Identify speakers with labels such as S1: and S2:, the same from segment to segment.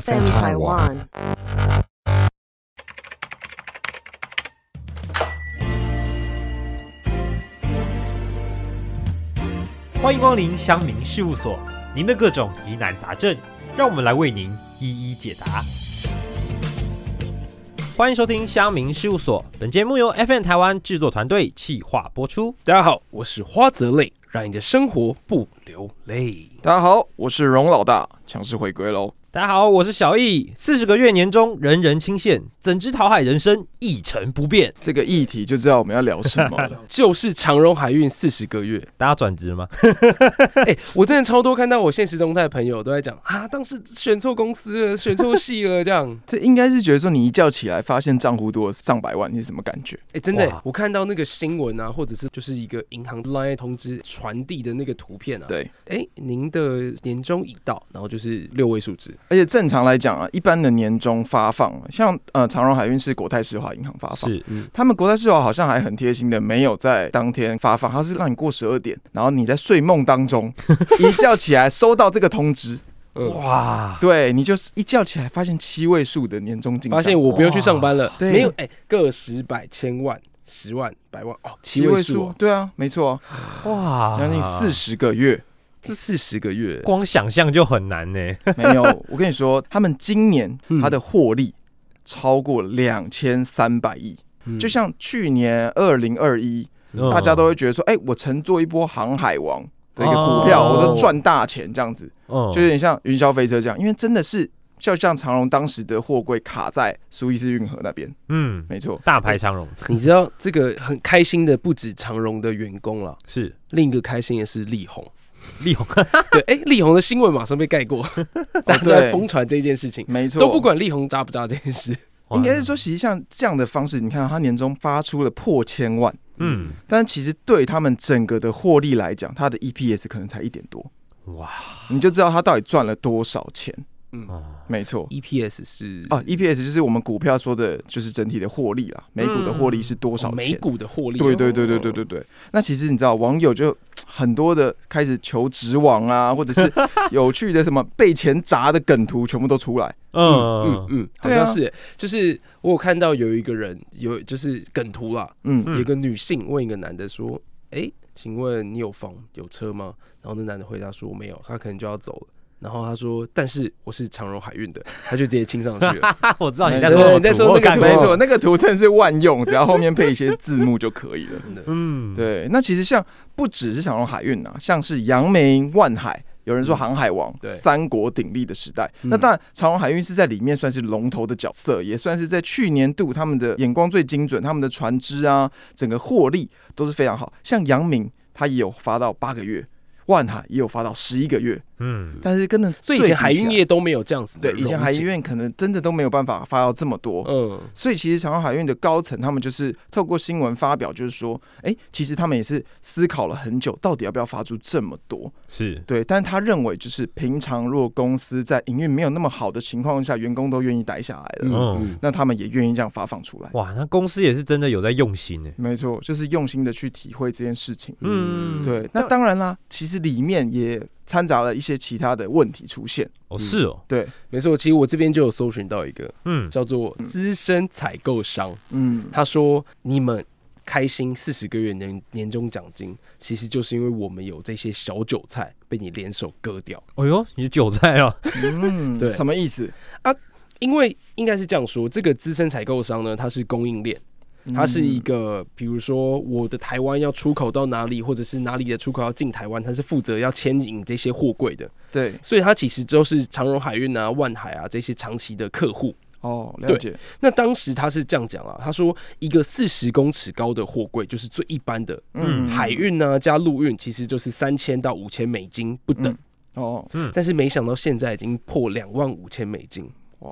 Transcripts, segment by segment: S1: FM Taiwan.
S2: 欢迎光临乡民事务所，您的各种疑难杂症，让我们来为您一一解答。欢迎收听乡民事务所，本节目由 FM 台湾制作团队企划播出。
S3: 大家好，我是花泽类，让你的生活不流泪。。
S4: 大家好，我是荣老大，强势回归喽！
S2: 大家好，我是小易。四十个月年中，人人倾羡，怎知桃海人生一成不变？
S4: 这个议题就知道我们要聊什么了
S3: 就是长荣海运四十个 月，
S2: 大家转职了吗？
S3: 哎、我真的超多看到我现实动态朋友都在讲啊，当时选错公司了，选错系了，这样。
S4: 这应该是觉得说你一觉起来发现账户多了上百万，你是什么感觉？
S3: 哎、真的、
S2: 哇
S3: 我看到那个新闻啊，或者是就是一个银行 LINE 通知传递的那个图片啊，，
S4: 对，
S3: 哎、您的年终已到，然后就是六位数字，
S4: 而且正常来讲啊，一般的年终发放啊，像呃长荣海运是国泰世华银行发放，
S2: 是，
S3: 嗯，
S4: 他们国泰世华好像还很贴心的，没有在当天发放，它是让你过十二点，然后你在睡梦 当中一觉起来收到这个通知，
S3: 嗯，
S2: 哇，
S4: 对你就是一觉起来发现七位数的年终进账，
S3: 发现我不用去上班了，
S4: 对
S3: 没有，哎、个十百千万十万百万哦，七
S4: 七
S3: 位
S4: 位
S3: 数
S4: 数
S3: 哦，，
S4: 对啊，没错啊，
S2: 哇，
S4: 将近四，十个月。
S3: 这四十个月，
S2: 光想象就很难呢。
S4: 没有，我跟你说，他们今年
S3: 嗯
S4: 它的获利超过两千三百亿，
S3: 嗯哦
S4: 就像去年二零二一，
S2: 嗯
S4: 大家都会觉得说，哎、我乘坐一波航海王的一个股票，
S2: 哦
S4: 我都赚大钱，这样子，
S3: 哦
S2: 嗯
S4: 就有点像云霄飞车这样，因为真的是。就像长隆当时的货柜卡在苏伊士运河那边，
S2: 嗯，
S4: 没错，
S2: 大牌长荣
S3: 你知道这个很开心的不止长荣的员工了，
S2: 是
S3: 另一个开心的是力宏。
S2: 力宏，
S3: 对，哎、力宏的新闻马上被盖 过，大家都在疯传这件事情，
S4: 哦没错，
S3: 都不，管力宏渣不渣这件 事。
S4: 应该是说，其实像这样的方式，你看它年终发出了破千万，
S2: 嗯，
S4: 但其实对他们整个的获利来讲，它的 EPS 可能才一点多，
S2: 哇，
S4: 你就知道他到底赚了多少钱。
S3: 嗯
S2: 哦
S4: 没错。
S3: ，EPS 是
S4: 啊，EPS 就是我们股票说的，就是整体的获利啦，每股的获利是多少
S3: 哦美
S4: 钱？
S3: 股哦的获利，
S4: 对对对对对对对。那其实你知道，网友就很多的开始求职网啊，或 者是有趣的什么被钱砸的梗图，全部都出来。
S3: 嗯
S2: 嗯，
S3: 嗯，好
S4: 对啊
S3: 像是，就是我有看到有一个人有就是梗图啦，
S4: 嗯，
S2: 嗯
S3: 有一个女性问一个男的说：“哎、请问你有房有车吗？”然后那男的回答说：“没有。”他可能就要走了。然后他说：“但是我是长荣海运的。”他就直接亲上去 了。
S2: 我知道你
S4: 你
S2: 在
S4: 在
S2: 说
S4: 说
S2: 什
S4: 什
S2: 么，
S3: 么图我有看过
S4: 没错，那个图真的是万用，只要后面配一些字幕就可以了。
S3: 真的，
S2: 嗯，，
S4: 对，那其实像不只是长荣海运啊，像是阳明、万海，有人说航海王，
S3: 嗯对
S4: 三国鼎立的时代。
S3: 嗯
S4: 那当然，长荣海运是在里面算是龙头的角色，也算是在去年度他们的眼光最精准，他们的船只啊，整个获利都是非常好。像阳明，它也有发到八个月。万海也有发到十一个月，
S2: 嗯，
S4: 但是真的
S3: 所以
S4: 对比
S3: 以
S4: 起来，
S3: 前海运业都没有这样子的
S4: 对
S3: 融
S4: 以
S3: 景。
S4: 前海运业可能真的都没有办法发到这么多，
S3: 嗯，
S4: 所以其实长荣海运的高层他们就是透过新闻发表，就是说，哎、其实他们也是思考了很久，到底要不要发出这么多？
S2: 是，
S4: 对，但他认为就是平常若公司在营运没有那么好的情况下，员工都愿意待下来
S3: 嗯
S4: 了，
S3: 嗯
S4: 那他们也愿意这样发放出来。
S2: 哇，那公司也是真的有在用心欸呢。
S4: 没错，就是用心的去体会这件事情。
S2: 嗯
S4: 对，那当然啦，其实里面也掺杂了一些其他的问题出现。
S2: 哦，是哦，
S4: 对，
S3: 没错。其实我这边就有搜寻到一个
S2: 嗯，
S3: 叫做资深采购商，
S4: 嗯，
S3: 他说：“你们。”开心四十个月年年终奖金，其实就是因为我们有这些小韭菜被你联手割掉。
S2: 哎呦，你是韭菜哦，
S4: 嗯
S3: 对
S4: 什么意思？
S3: 因为应该是这样说，这个资深采购商呢，它是供应链，
S4: 嗯
S3: 它是一个，比如说我的台湾要出口到哪里，或者是哪里的出口要进台湾，它是负责要牵引这些货柜的，
S4: 对
S3: 所以它其实都是长荣海运啊、万海啊这些长期的客户。
S4: 哦，了
S3: 对
S4: 解。
S3: 那当时他是这样讲啊啦，他说一个四十公尺高的货柜就是最一般的
S2: 嗯
S3: 海运呢、加陆运，其实就是三千到五千美金不等，
S4: 嗯哦，
S3: 但是没想到现在已经破两万五千美金，
S4: 哇，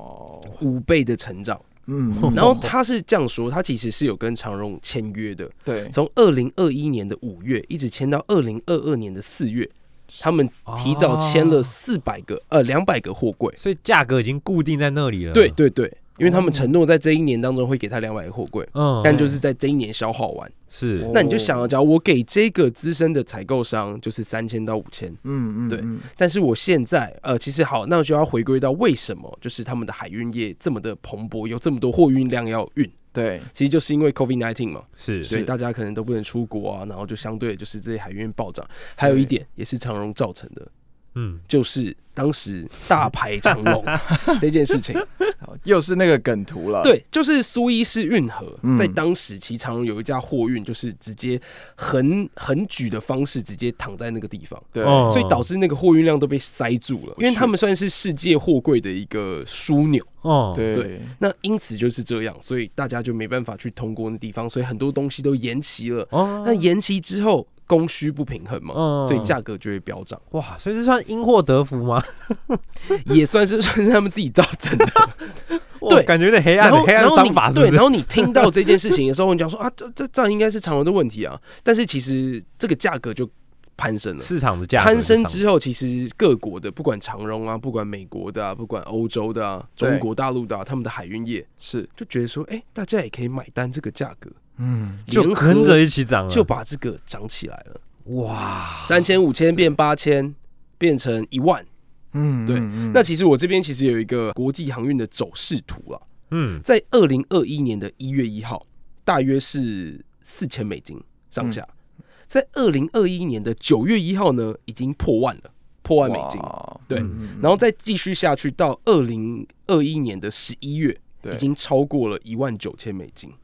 S3: 五倍的成长。
S4: 嗯，
S3: 然后他是这样说，他其实是有跟长荣签约的，
S4: 对，
S3: 从二零二一年的五月一直签到二零二二年的四月，他们提早签了四百个、呃两百个货柜。
S2: 所以价格已经固定在那里了。
S3: 对，对对，因为他们承诺在这一年当中会给他两百个货柜，
S2: 嗯
S3: 但就是在这一年消耗完。
S2: 是
S3: 那你就想啊，假如我给这个资深的采购商就是三千到五千，
S4: 嗯嗯，
S3: 对
S4: 嗯
S3: 但是我现在呃，其实好，那我就要回归到为什么就是他们的海运业这么的蓬勃，有这么多货运量要运，
S4: 对，
S3: 其实就是因为 COVID nineteen 嘛，
S2: 是
S3: 所以大家可能都不能出国啊，然后就相对就是这些海运暴涨。还有一点也是长荣造成的，
S2: 嗯，
S3: 就是当时大排长龙 这件事情。
S4: 好哦又是那个梗图了，，
S3: 对，就是苏伊士运河
S4: 嗯
S3: 在当时，其实长荣有一架货运就是直接横横举的方式直接躺在那个地方。
S4: 对，
S2: 哦
S3: 所以导致那个货运量都被塞住了，因为他们算是世界货柜的一个枢纽，
S2: 哦，
S4: 对
S3: 对，那因此就是这样，所以大家就没办法去通过那地方，所以很多东西都延期了。
S2: 哦，
S3: 那延期之后，供需不平衡嘛，
S2: 嗯
S3: 所以价格就会飙涨，
S2: 哇，所以这算因祸得福吗？
S3: 也算是算是他们自己造 成的。
S2: 哇
S3: 对
S2: 感觉有点黑
S3: 然
S2: 暗，
S3: 后，
S2: 黑暗
S3: 然后你
S2: 商法是不
S3: 对，
S2: 是
S3: 然？后你听到这件事情的时候，你讲说啊，这这这样应该是长荣的问题啊，但是其实这个价格就攀升了。
S2: 市场的价格
S3: 攀升
S2: 是上
S3: 之后，其实各国的不管长荣啊，不管美国的啊，不管欧洲的啊，
S4: 对
S3: 中国大陆的啊，他们的海运业
S4: 是，
S3: 就觉得说，哎、大家也可以买单这个价格，
S4: 嗯，
S2: 就
S3: 联合
S2: 跟着一起涨了，
S3: 就把这个涨起来了，
S2: 哇，
S3: 三千五千变八千，变成一万。
S4: 嗯，
S3: 对
S4: 嗯
S3: 那其实我这边其实有一个国际航运的走势图啦，
S2: 嗯，
S3: 在二零二一年的一月一号，大约是四千美金上下，
S4: 嗯
S3: 在二零二一年的九月一号呢，已经破万了，破万美金。
S4: 哇
S3: 对
S4: 嗯
S3: 然后再继续下去到二零二一年的十一月，
S4: 对
S3: 已经超过了一万九千美金。
S4: 嗯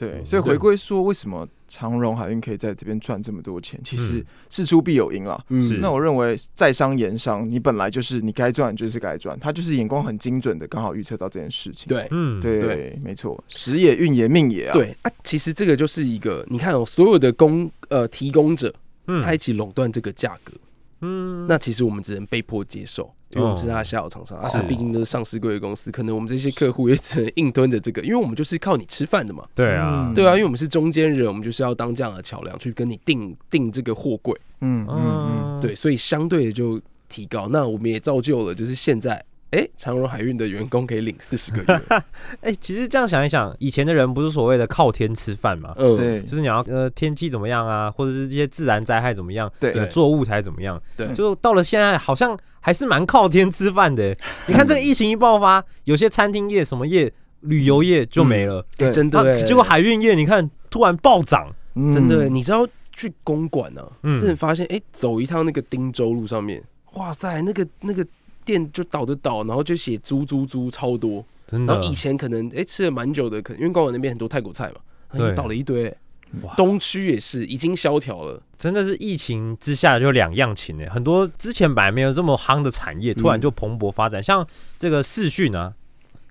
S4: 对，所以回归说，为什么长荣海运可以在这边赚这么多钱？其实
S2: 嗯
S4: 事出必有因啦。
S3: 嗯
S2: 是
S4: 那我认为在商言商，你本来就是你该赚就是该赚，他就是眼光很精准的，刚好预测到这件事情。
S3: 对
S2: 嗯，
S4: 对
S3: 对
S4: 没错，时也运也命也啊。，
S3: 对啊，其实这个就是一个，你看哦，所有的供呃提供者，
S2: 嗯，
S3: 他一起垄断这个价格，
S2: 嗯，
S3: 那其实我们只能被迫接受，因为我们是他的下游厂商、啊，
S2: 哦是
S3: 啊毕竟都是上市贵的公司，可能我们这些客户也只能硬蹲着这个，因为我们就是靠你吃饭的嘛。
S2: 对啊
S4: 嗯，
S3: 对啊，因为我们是中间人，我们就是要当这样的桥梁去跟你定定这个货柜，
S4: 嗯嗯嗯，
S2: 嗯，
S3: 对，所以相对的就提高。那我们也造就了，就是现在，哎、长荣海运的员工可以领四十个 月，
S2: 哎，其实这样想一想，以前的人不是所谓的靠天吃饭嘛，
S3: 嗯，
S4: 对
S2: 就是你要呃天气怎么样啊，或者是一些自然灾害怎么样，
S4: 对
S2: 呃作物才怎么样，
S3: 对
S2: 就到了现在好像还是蛮靠天吃饭 的。你看这个疫情一爆发，有些餐厅业、什么业、旅游业就没了，
S4: 对
S3: 真的、
S2: 那
S3: 欸，
S2: 结果海运业你看突然暴涨，
S4: 嗯
S3: 真的欸、你知道去公馆啊，
S2: 嗯
S3: 真的发现，哎、走一趟那个汀州路上面，哇塞，那个那个店就倒的倒，然后就写猪猪猪超多，
S2: 真
S3: 然
S2: 的
S3: 后以前可能哎、吃了蛮久的，可能因为公馆那边很多泰国菜嘛，
S2: 对
S3: 也倒了一堆、欸
S2: 哇
S3: 东区也是已经萧条了，
S2: 真的是疫情之下就两样情哎，很多之前本来没有这么夯的产业，突
S3: 嗯
S2: 然就蓬勃发展，像这个视讯啊，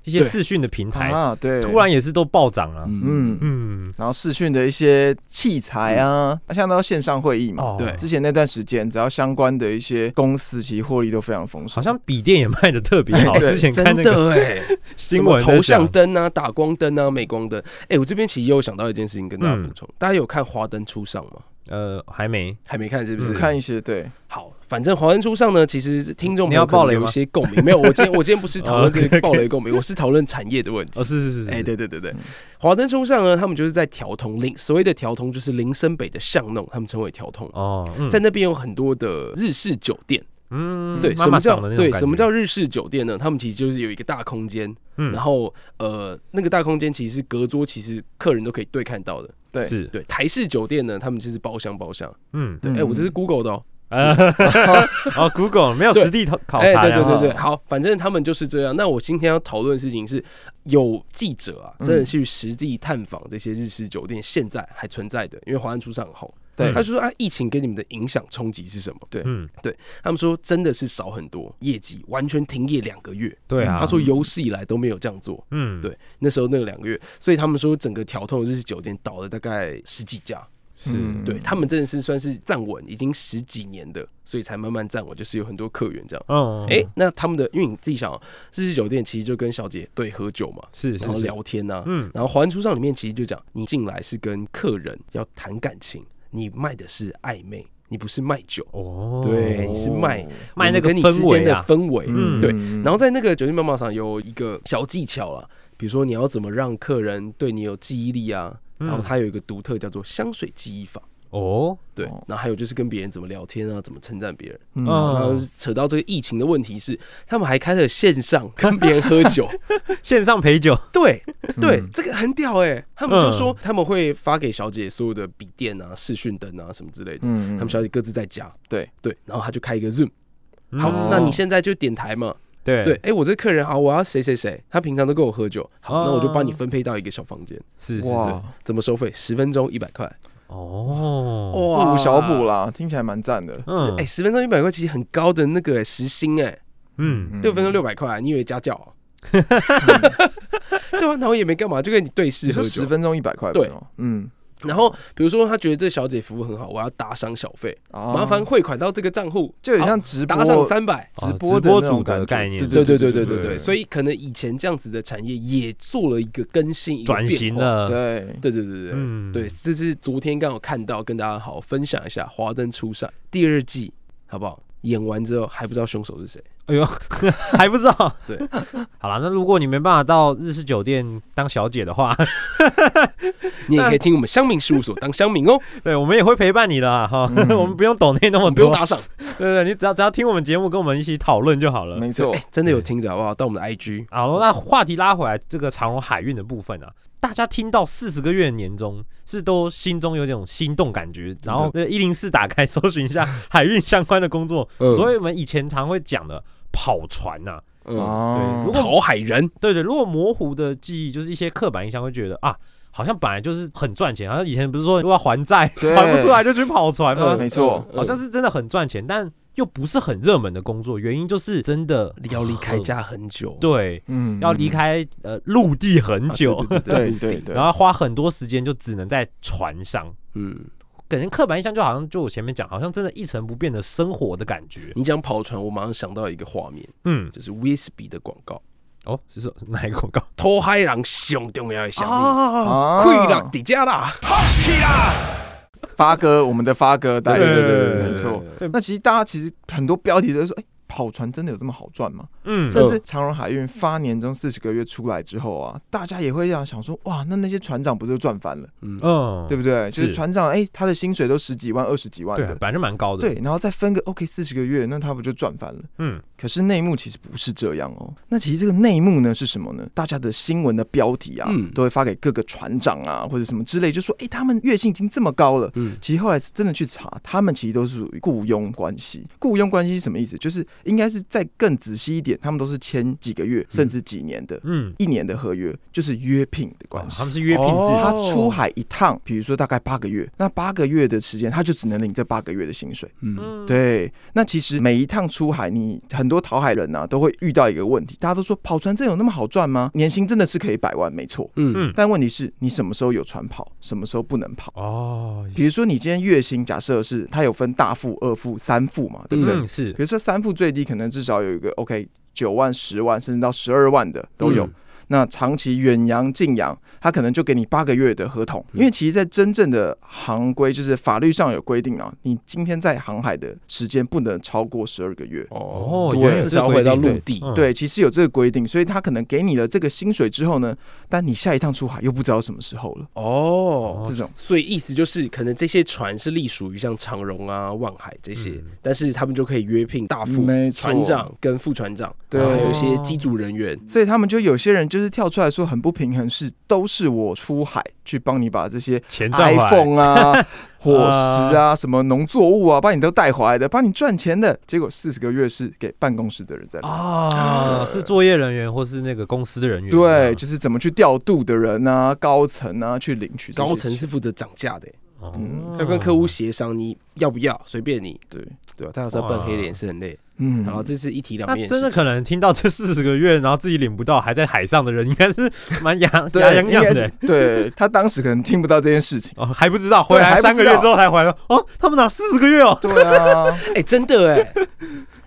S2: 一些
S3: 对
S2: 视讯的平台，
S4: 啊，对，
S2: 突然也是都暴涨啊。
S3: 嗯，
S4: 嗯。
S2: 嗯，
S4: 然后视讯的一些器材啊，现在都要线上会议嘛。
S2: 哦，
S3: 对
S4: 之前那段时间，只要相关的一些公司，其实获利都非常丰
S2: 好
S4: 盛。
S2: 像笔电也卖的特别好。
S4: 对
S2: 哦之前看
S3: 真
S2: 那个
S3: 的哎、什
S2: 新
S3: 么
S2: 闻在
S3: 头像
S2: 讲
S3: 灯啊、打光灯啊、镁光灯。哎、我这边其实也有想到一件事情跟
S2: 嗯
S3: 大家补充，大家有看《华灯初上》吗？
S2: 呃还没，
S3: 还没看是不
S2: 嗯
S3: 是？
S4: 看一些对，
S3: 好，反正《华灯初上》呢，其实听众
S2: 你
S3: 朋友
S2: 要爆雷
S3: 可能有一些共鸣。没有，我今天我今天不是 讨
S2: 哦
S3: 论
S2: ，OK，
S3: 这个爆雷共鸣，我是讨论产业的问题
S2: 哦。是是是，
S3: 哎、
S2: 是，
S3: 对对对对，
S4: 嗯
S3: 华灯初上》呢，他们就是在调通林，所谓的调通就是林森北的巷弄，他们称为调通。
S2: 哦，嗯
S3: 在那边有很多的日式酒店，
S2: 嗯
S3: 对，
S2: 妈
S3: 什
S2: 妈
S3: 么叫
S2: 桑的那种
S3: 对
S2: 感
S3: 什么
S2: 觉
S3: 叫日式酒店呢？他们其实就是有一个大空间，
S2: 嗯
S3: 然后呃，那个大空间其实是隔桌，其实客人都可以对看到的。
S4: 对
S2: 是
S3: 对，台式酒店呢，他们就是包厢包厢。
S2: 嗯
S3: 对，哎、
S4: 嗯
S3: 我这是 Google 的哦。
S2: 呃 哦 Google 没有
S3: 对
S2: 实地考考
S3: 哎、
S2: 察
S3: 对对
S2: 呀
S3: 对对，
S4: 哦
S3: 好，反正他们就是这样。那我今天要讨论的事情是，有记者啊，真的去实地探访这些日式酒店，现在还存在的，因为华安出上后，
S4: 对
S3: 他就说啊，疫情给你们的影响冲击是什么？
S2: 嗯
S3: 他们说真的是少很多，业绩完全停业两个月。
S2: 对啊，
S3: 嗯他说有史以来都没有这样做，
S2: 嗯
S3: 对那时候那个两个月，所以他们说整个调通的日式酒店倒了大概十几家，
S2: 是
S4: 嗯
S3: 对他们真的是算是站稳，已经十几年的，所以才慢慢站稳，就是有很多客源这样。
S2: 嗯
S3: 哎、那他们的，因为你自己想哦，日式酒店其实就跟小姐对喝酒嘛，
S2: 是
S3: 然
S2: 是
S3: 后
S2: 是
S3: 聊天呐、啊，
S2: 嗯
S3: 然后《还出上》里面其实就讲，你进来是跟客人要谈感情，你卖的是暧昧，你不是卖酒，
S2: 哦
S3: 对你是卖
S2: 卖
S3: 我们
S2: 那个
S3: 跟你之
S2: 氛围
S3: 间的
S2: 啊
S3: 氛围。
S2: 嗯
S3: 对然后在那个酒店妈妈上有一个小技巧啊，比如说你要怎么让客人对你有记忆力啊，
S2: 嗯
S3: 然后它有一个独特叫做香水记忆法。
S2: 哦，
S3: 对
S4: 哦，
S3: 然后还有就是跟别人怎么聊天啊，怎么称赞别人。
S4: 嗯
S2: 嗯
S3: 然后扯到这个疫情的问题是，他们还开了线上跟别人喝 酒。
S2: 线上陪酒，
S3: 对对
S4: 嗯，
S3: 这个很屌哎、他们就
S2: 嗯
S3: 说他们会发给小姐所有的笔电啊、视讯灯啊什么之类的。
S4: 嗯，
S3: 他们小姐各自在家，
S4: 对
S3: 对，然后他就开一个 Zoom，好，
S2: 嗯哦
S3: 那你现在就点台嘛，
S2: 对
S3: 对，哎，我这个客人好，我要谁谁谁，他平常都跟我喝酒，好，
S2: 哦
S3: 那我就帮你分配到一个小房间，
S2: 是是
S4: 哇
S2: 是，
S3: 怎么收费？十分钟一百块，
S2: 哦，
S4: 不如小补，啦，听起来蛮赞的。
S2: 嗯
S3: 哎，十分钟一百块其实很高的那个诶时薪哎，
S2: 嗯，
S3: 六分钟六百块，你以为家教哦？对啊，然后也没干嘛，就跟你对视
S4: 你
S3: 喝
S4: 说
S3: 酒
S4: 十。分钟一百块，
S3: 对，
S4: 嗯，
S3: 然后比如说他觉得这小姐服务很好，我要打赏小费，
S4: 哦
S3: 麻烦汇款到这个账户，
S4: 就有点像
S3: 好
S4: 直播
S3: 打赏三百。
S2: 哦
S4: 直播
S2: 直播主的
S4: 的那种
S2: 概
S4: 觉
S2: 念
S3: 对
S4: 对
S3: 对对
S4: 对
S3: 对对
S4: 对
S3: 对，所以可能以前这样子的产业也做了一个更新、一个
S2: 转
S3: 变
S2: 型
S3: 化。
S2: 了，
S4: 对
S3: 对对对对，对
S2: 嗯
S3: 对，这是昨天刚好看到，跟大家好好分享一下《华灯初上》第二季，好不好？演完之后还不知道凶手是谁，
S2: 哎呦， 还不知道。
S3: 对，
S2: 好啦，那如果你没办法到日式酒店当小姐的话，
S3: 你也可以听我们乡民事务所当乡民哦，
S2: 对我们也会陪伴你的啦哈。
S4: 嗯
S2: 我们不用懂那那么
S3: 不用
S2: 多，
S3: 打赏，
S2: 哦 对啊对，你只要只要听我们节目，跟我们一起讨论就好了。
S4: 没错
S3: 哎，真的有听着好不好？到我们的 IG，
S2: 好了，那话题拉回来，这个长荣海运的部分啊，大家听到四十个月的年终，是都心中有这种心动感觉，然后一零四打开搜寻一下海运相关的工作，
S3: 嗯
S2: 所以我们以前常会讲的跑船啊呐、对
S3: 嗯，
S2: 如
S4: 哦
S2: 果
S3: 讨海人，
S2: 对对，如果模糊的记忆就是一些刻板印象，会觉得啊，好像本来就是很赚钱，好像以前不是说如果要还债
S4: 对
S2: 还不出来就去跑船吗？
S4: 没错
S3: 嗯
S2: 好像是真的很赚钱，但又不是很热门的工作，原因就是真的
S3: 要离开家很久，
S2: 对，
S4: 嗯
S2: 要离开呃陆地很
S3: 啊
S2: 久，
S3: 对
S4: 对
S3: 对对，
S4: 对对，
S2: 然后花很多时间就只能在船上。
S3: 嗯。
S2: 给人刻板印象就好像就我前面讲，好像真的一成不变的生活的感觉。
S3: 你讲跑船，我马上想到一个画面，
S2: 嗯，
S3: 就是 Whisby 的广告，
S2: 哦，是说哪一个广告？
S3: 偷海人上重要的项目，
S2: 啊，
S4: 啊
S3: 溃了底价啦，
S4: 发哥，我们的发哥带，
S2: 对对对对
S4: 没
S2: 对
S4: 错。
S2: 对
S4: 那其实大家其实很多标题都说，哎，跑船真的有这么好赚吗？
S2: 嗯，
S4: 甚至长荣海运发年终四十个月出来之后啊，大家也会这样想说，哇，那那些船长不是就赚翻了，
S3: 嗯，
S2: 嗯，对
S4: 对不对？就是
S2: 是
S4: 船长，哎，他的薪水都十几万、二十几万
S2: 对，啊
S4: 的，
S2: 本来就蛮高的。，
S4: 对，然后再分个 OK 四十个月，那他不就赚翻了？
S2: 嗯，
S4: 可是内幕其实不是这样哦。那其实这个内幕呢是什么呢？大家的新闻的标题啊，
S3: 嗯
S4: 都会发给各个船长啊或者什么之类，就说哎、诶他们月薪已经这么高了。
S3: 嗯
S4: 其实后来是真的去查，他们其实都是属于雇佣关系。雇佣关系是什么意思？就是应该是再更仔细一点，他们都是签几个月甚至几年的、
S2: 嗯，
S4: 一年的合约，就是约聘的关
S2: 哦
S4: 系。
S2: 他们是约聘制。
S3: 哦
S4: 他出海一趟，比如说大概八个月，那八个月的时间，他就只能领这八个月的薪水。
S3: 嗯，
S2: 嗯，
S4: 对，那其实每一趟出海，你很多讨海人呐、啊、都会遇到一个问题，大家都说跑船真的有那么好赚吗？年薪真的是可以百万，没错。
S3: 嗯
S2: 嗯，
S4: 但问题是你什么时候有船跑，什么时候不能跑？
S2: 哦，
S4: 比如说你今天月薪假设是它有分大副、二副、三副嘛，对不对？
S2: 嗯，是
S4: 比如说三副最低可能至少有一个 OK 九万、十万，甚至到十二万的都有。
S3: 嗯
S4: 那长期远洋、近洋，他可能就给你八个月的合同，
S3: 嗯
S4: 因为其实，在真正的行规，就是法律上有规定啊，你今天在航海的时间不能超过十二个月。
S2: 哦
S4: 原来
S3: 对
S4: 有
S3: 至
S2: 这个
S3: 少
S2: 规
S3: 回到
S2: 定
S3: 陆地，
S2: 嗯
S4: 对，其实有这个规定，所以他可能给你了这个薪水之后呢，但你下一趟出海又不知道什么时候了。
S3: 哦。
S4: 这种
S3: 所以意思就是，可能这些船是隶属于像长荣啊、万海这些，
S2: 嗯
S3: 但是他们就可以约聘大副、
S4: 没错
S3: 船长跟副船长，
S4: 对
S3: 还有一些机组人员。
S4: 所以他们就有些人就是跳出来说很不平衡，是都是我出海去帮你把这些
S2: 钱赚回来。
S4: iPhone 啊、伙食
S3: 呃
S4: 啊、什么农作物啊，帮你都带回来的，帮你赚钱的。结果四十个月是给办公室的人
S3: 哦
S4: 在。
S2: 啊，是作业人员或是那个公司的人员。
S4: 对，就是怎么去调度的人啊，高层啊，去领取这些
S3: 高层
S4: 钱
S3: 是负责涨价的、
S2: 哦
S4: 嗯
S3: 要跟客户协商，你要不要随便你，
S4: 对，
S3: 对啊吧、他有时候扮黑脸是很累。
S4: 嗯，
S3: 然后这是一体两
S2: 那
S3: 面事
S2: 真
S3: 情，
S2: 的可能听到这四十个月，然后自己领不到，还在海上的人，应该 是蛮牙
S4: 对
S2: 牙痒痒
S4: 应该
S2: 的。
S4: 是。对他当时可能听不到这件事情
S2: 哦，还不知道，回来
S4: 还不
S2: 三个
S4: 知道
S2: 月之后才回来。哦，他们拿四十个月哦，
S4: 对啊，
S3: 哎、真的哎、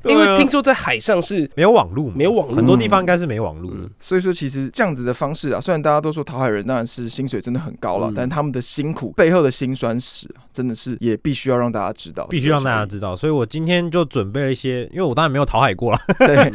S3: 因 为
S2: 对啊
S3: 听说在海上是
S2: 没有网路嘛，
S3: 没有网络
S2: 很多地方应该是没网路的
S3: 嗯。
S4: 所以说，其实这样子的方式啊，虽然大家都说讨海人当然是薪水真的很高了，
S3: 嗯
S4: 但他们的辛苦背后的辛酸史啊，真的是也必须要让大家知道，
S2: 必须让大家知道，所以我今天就准备了一些，因为我当然没有讨海过啦，
S4: 对，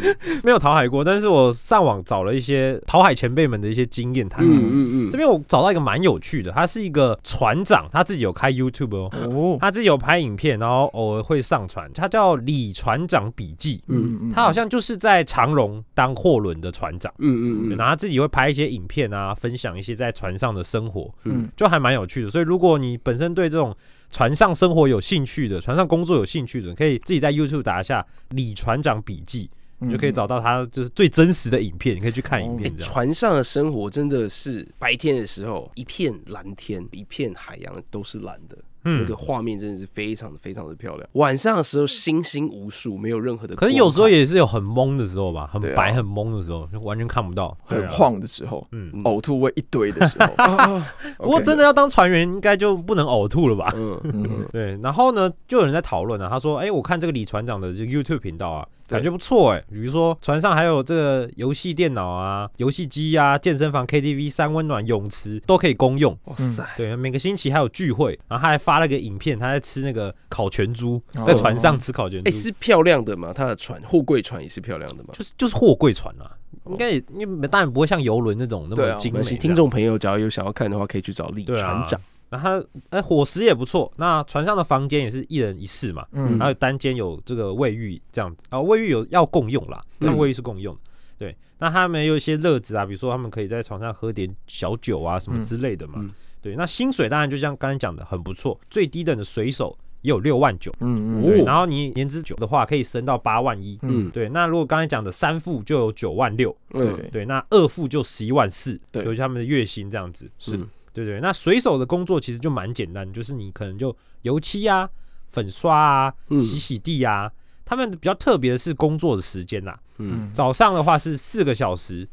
S2: 没有讨海过，但是我上网找了一些讨海前辈们的一些经验谈。
S3: 嗯嗯
S2: 这
S3: 嗯，
S2: 边我找到一个蛮有趣的，他是一个船长，他自己有开 YouTube 哦，
S4: 哦，
S2: 他自己有拍影片，然后偶尔会上传。他叫李船长笔记，
S3: 嗯
S2: 他好像就是在长荣当货轮的船长，
S3: 嗯嗯
S2: 然
S3: 嗯，
S2: 后他自己会拍一些影片啊，分享一些在船上的生活，
S4: 嗯
S2: 就还蛮有趣的。所以如果你本身对这种船上生活有兴趣的，船上工作有兴趣的，可以自己在 YouTube 打一下李船长笔记，
S4: 嗯
S2: 你就可以找到他就是最真实的影片，你可以去看影
S3: 哎
S2: 片
S4: 哦
S2: 这样。
S3: 船上的生活真的是白天的时候一片蓝天，一片海洋都是蓝的，那
S2: 嗯
S3: 个，画面真的是非常非常的漂亮。晚上的时候星星无数，没有任何的光害。
S2: 可是有时候也是有很懵的时候吧，很
S4: 哎对啊
S2: 白很懵的时候，就完全看不到，对
S4: 很
S2: 啊。
S4: 晃的时候，
S2: 嗯，
S4: 呕吐味一堆 的时候，
S3: 啊啊，
S2: 不过
S4: OK
S2: 真的要当船员，应该就不能呕吐了吧？
S3: 嗯
S4: 嗯
S2: 对，然后呢，就有人在讨论啊，他说：“哎、我看这个李船长的这个 YouTube 频道啊，
S4: 对
S2: 感觉不错哎、比如说船上还有这个游戏电脑啊、游戏机啊、健身房、KTV、三温暖、泳池都可以公用。
S3: 哇塞，
S2: 对，每个星期还有聚会，然后他还发了个影片，他在吃那个烤全猪，
S4: 哦
S2: 在船上吃烤全猪，
S3: 哎，是漂亮的嘛？它的船，货柜船也是漂亮的嘛？
S2: 就是就是货柜船啊，应该也因为当然不会像游轮那种那
S4: 对
S2: 么
S4: 啊
S2: 精
S3: 没
S2: 美
S3: 关
S2: 这
S3: 系，
S2: 样。
S3: 听众朋友，假如有想要看的话，可以去找李
S2: 对啊
S3: 船长。
S2: 然后他哎、伙食也不错，那船上的房间也是一人一室嘛，
S4: 嗯
S2: 然后单间有这个卫浴这样子啊、卫浴有要共用啦，
S3: 嗯
S2: 但卫浴是共用的。对，那他们有一些乐子啊，比如说他们可以在床上喝点小酒啊什么之类的嘛。
S3: 嗯嗯
S2: 对，那薪水当然就像刚才讲的很不错，最低等的水手也有六万九、
S4: 嗯
S3: 哦
S2: 对，然后你年资久的话可以升到八万一。
S4: 嗯
S3: 嗯，
S2: 对，那如果刚才讲的三副就有九万六，
S3: 嗯，
S2: 对，那二副就十一万四，
S4: 对
S2: 就是他们的月薪这样子。
S3: 是，
S2: 对对，那水手的工作其实就蛮简单，就是你可能就油漆啊、粉刷啊、
S3: 嗯
S2: 洗洗地啊。他们比较特别的是工作的时间啦、
S3: 嗯，
S2: 早上的话是四个小时，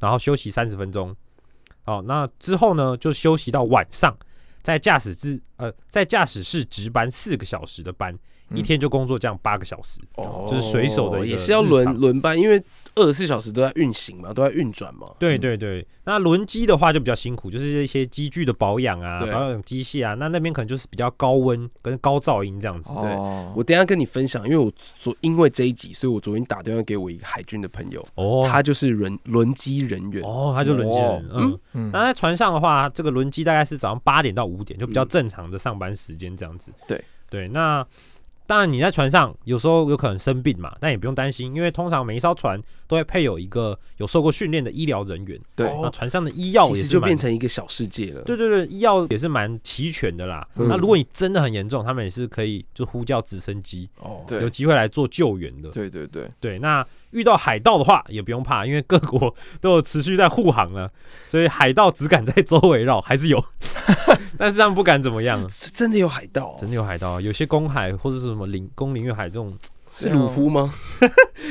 S2: 然后休息三十分钟。好，那之后呢就休息到晚上，在驾驶室呃在驾驶室值班四个小时的班，
S4: 嗯
S2: 一天就工作这样八个小时。
S3: 哦
S2: 就是水手的一个
S3: 也是要
S2: 日
S3: 轮
S2: 常
S3: 轮班，因为二十四小时都在运行嘛，都在运转嘛。
S2: 对对对，那轮机的话就比较辛苦，就是一些机具的保养啊，
S3: 对
S2: 保养机械啊，那那边可能就是比较高温跟高噪音这样子。
S4: 哦，
S3: 我等一下跟你分享，因为我昨因为这一集，所以我昨天打电话给我一个海军的朋友，
S2: 哦，
S3: 他就是轮轮机人员。
S2: 哦，他就轮机人，嗯。
S4: 嗯
S2: 那在船上的话，这个轮机大概是早上八点到五点，就比
S3: 嗯
S2: 较正常的上班时间这样子。
S4: 对
S2: 对，那当然你在船上有时候有可能生病嘛，但也不用担心，因为通常每一艘船都会配有一个有受过训练的医疗人员。
S4: 对
S2: 那
S3: 哦
S2: 船上的医药也
S3: 其实
S2: 是
S3: 就
S2: 蛮
S3: 变成一个小世界了。
S2: 对对对，医药也是蛮齐全的啦。
S3: 嗯
S2: 那如果你真的很严重，他们也是可以就呼叫直升机，
S3: 哦，
S4: 对
S2: 有机会来做救援的。
S4: 对对对，
S2: 对，那遇到海盗的话也不用怕，因为各国都有持续在护航了，所以海盗只敢在周围绕，还是有， 但是他们不敢怎么样啊
S3: 是。是真的有海盗哦，
S2: 真的有海盗啊，有些公海或者是什么林公林越海这种，
S3: 是鲁夫吗？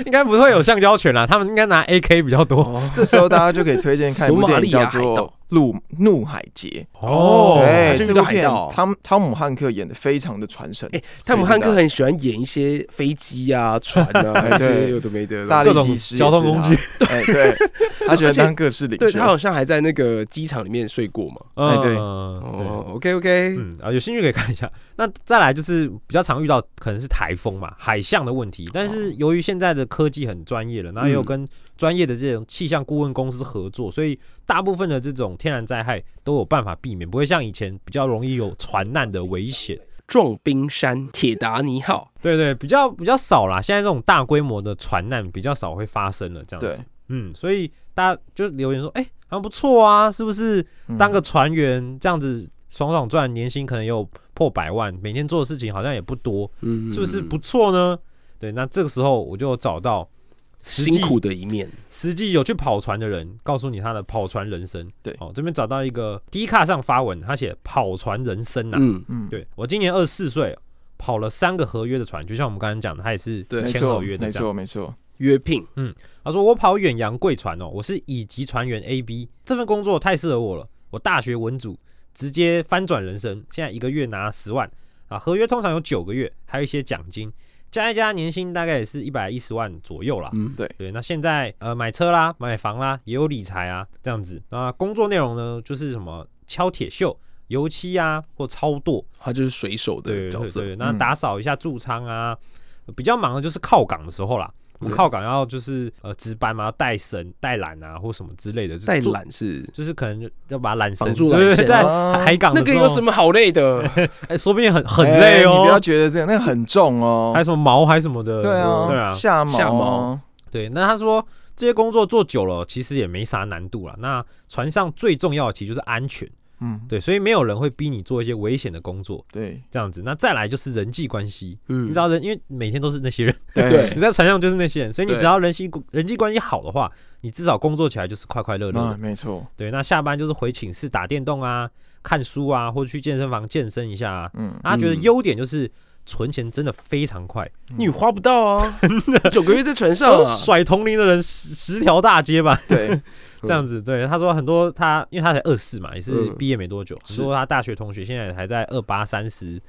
S2: 应该不会有橡胶拳啦，他们应该拿 AK 比较多。
S3: 哦，
S4: 这时候大家就可以推荐看一部
S3: 索马利
S4: 电影
S3: 亚
S4: 叫
S3: 海
S4: 做
S3: 盗
S4: 《怒怒海劫》。
S3: 哦
S4: 哎，
S3: 他就是
S4: 这
S3: 一个
S4: 部
S3: 海
S4: 片
S3: 盗
S4: 汤汤姆汉克演的非常的传神，
S3: 哎汤姆汉克很喜欢演一些飞机啊、船 啊，
S4: 哎
S3: 那
S4: 对
S3: 些有的没的。
S4: 萨
S2: 各
S4: 利
S2: 种
S4: 机师
S2: 交通工具
S4: 也是他， 哎，对，他喜欢当各式领
S3: 对
S4: 袖
S3: 他。好像还在那个机场里面睡过嘛。
S4: 哎对
S2: 嗯对
S3: 哦，OK OK，
S2: 嗯啊，有兴趣可以看一下。 那再来就是比较常遇到可能是台风嘛，海象的问题。但是由于现在的科技很专业了，然后也有
S3: 嗯
S2: 跟专业的这种气象顾问公司合作，所以大部分的这种天然灾害都有办法避免，不会像以前比较容易有船难的危险。
S3: 撞冰山，铁达尼号。
S2: 对对，比较比较少啦。现在这种大规模的船难比较少会发生了，这样
S4: 对
S2: 子。，嗯，所以大家就留言说，哎、好像不错啊，是不是？
S4: 嗯
S2: 当个船员这样子爽爽赚，年薪可能也有破百万，每天做的事情好像也不多，
S3: 嗯
S2: 是不是不错呢？对，那这个时候我就找到实际
S3: 辛苦的一面？
S2: 实际有去跑船的人，告诉你他的跑船人生。
S4: 对
S2: 哦，这边找到一个 D 卡上发文，他写跑船人生呐、
S3: 嗯，
S4: 嗯，
S2: 对我今年二十四岁，跑了三个合约的船，就像我们刚刚讲的，他也是
S3: 对
S4: 没
S2: 签
S4: 错，
S2: 合约的
S4: 没
S2: 这样。
S4: 错，没错，
S3: 约聘
S2: 他说我跑远洋贵船哦，我是乙级船员 A B，这份工作太适合我了。我大学文组，直接翻转人生，现在一个月拿十万啊，合约通常有九个月，还有一些奖金。加一加年薪大概也是一百一十万左右啦。
S3: 嗯，
S4: 对
S2: 对，那现在呃买车啦、买房啦，也有理财啊这样子。那工作内容呢，就是什么敲铁锈、油漆啊或操作，
S3: 他就是水手的
S2: 对
S3: 角
S2: 对
S3: 色，
S2: 对，那
S4: 嗯
S2: 打扫一下驻仓啊，比较忙的就是靠港的时候啦。我们
S3: 对
S2: 靠港要就是呃值班嘛，要带绳、带缆啊，或什么之类的，就是
S3: 带
S2: 做，
S3: 懒是
S2: 就是可能要把缆绳
S3: 绑住缆
S2: 对对
S3: 线
S2: 对在
S4: 啊
S2: 海港的
S3: 那个
S2: 时
S3: 有
S2: 候
S3: 什么好累的？
S2: 哎，说不定很很累
S4: 哎你不要
S2: 哦，
S4: 觉得这样，那个很重哦
S2: 还。有什么毛还什么的，
S4: 对啊，
S2: 对啊，
S4: 下毛
S3: 下
S4: 毛
S3: 毛，
S2: 对。那他说这些工作做久了，其实也没啥难度了。那船上最重要的其实就是安全，
S4: 嗯，
S2: 对，所以没有人会逼你做一些危险的工作，
S4: 对
S2: 这样子。那再来就是人际关系，
S3: 嗯
S2: 你知道人，因为每天都是那些人。
S4: 对
S3: 对
S2: 你在船上就是那些人，所以你
S3: 对
S2: 只要人心人际关系好的话，你至少工作起来就是快快乐乐
S4: 那
S2: 的。
S4: 啊没错，
S2: 对，那下班就是回寝室打电动啊、看书啊，或者去健身房健身一下啊。
S4: 嗯，
S2: 那他觉得
S3: 嗯
S2: 优点就是存钱真的非常快，
S3: 你花不到啊，九个月在 船上啊，
S2: 甩同龄的人十十条大街吧，
S4: 对，
S2: 这样子。对，他说很多他，因为他才二四嘛，也是
S3: 嗯
S2: 毕业没多久，很多他大学同学现在还在二八三十，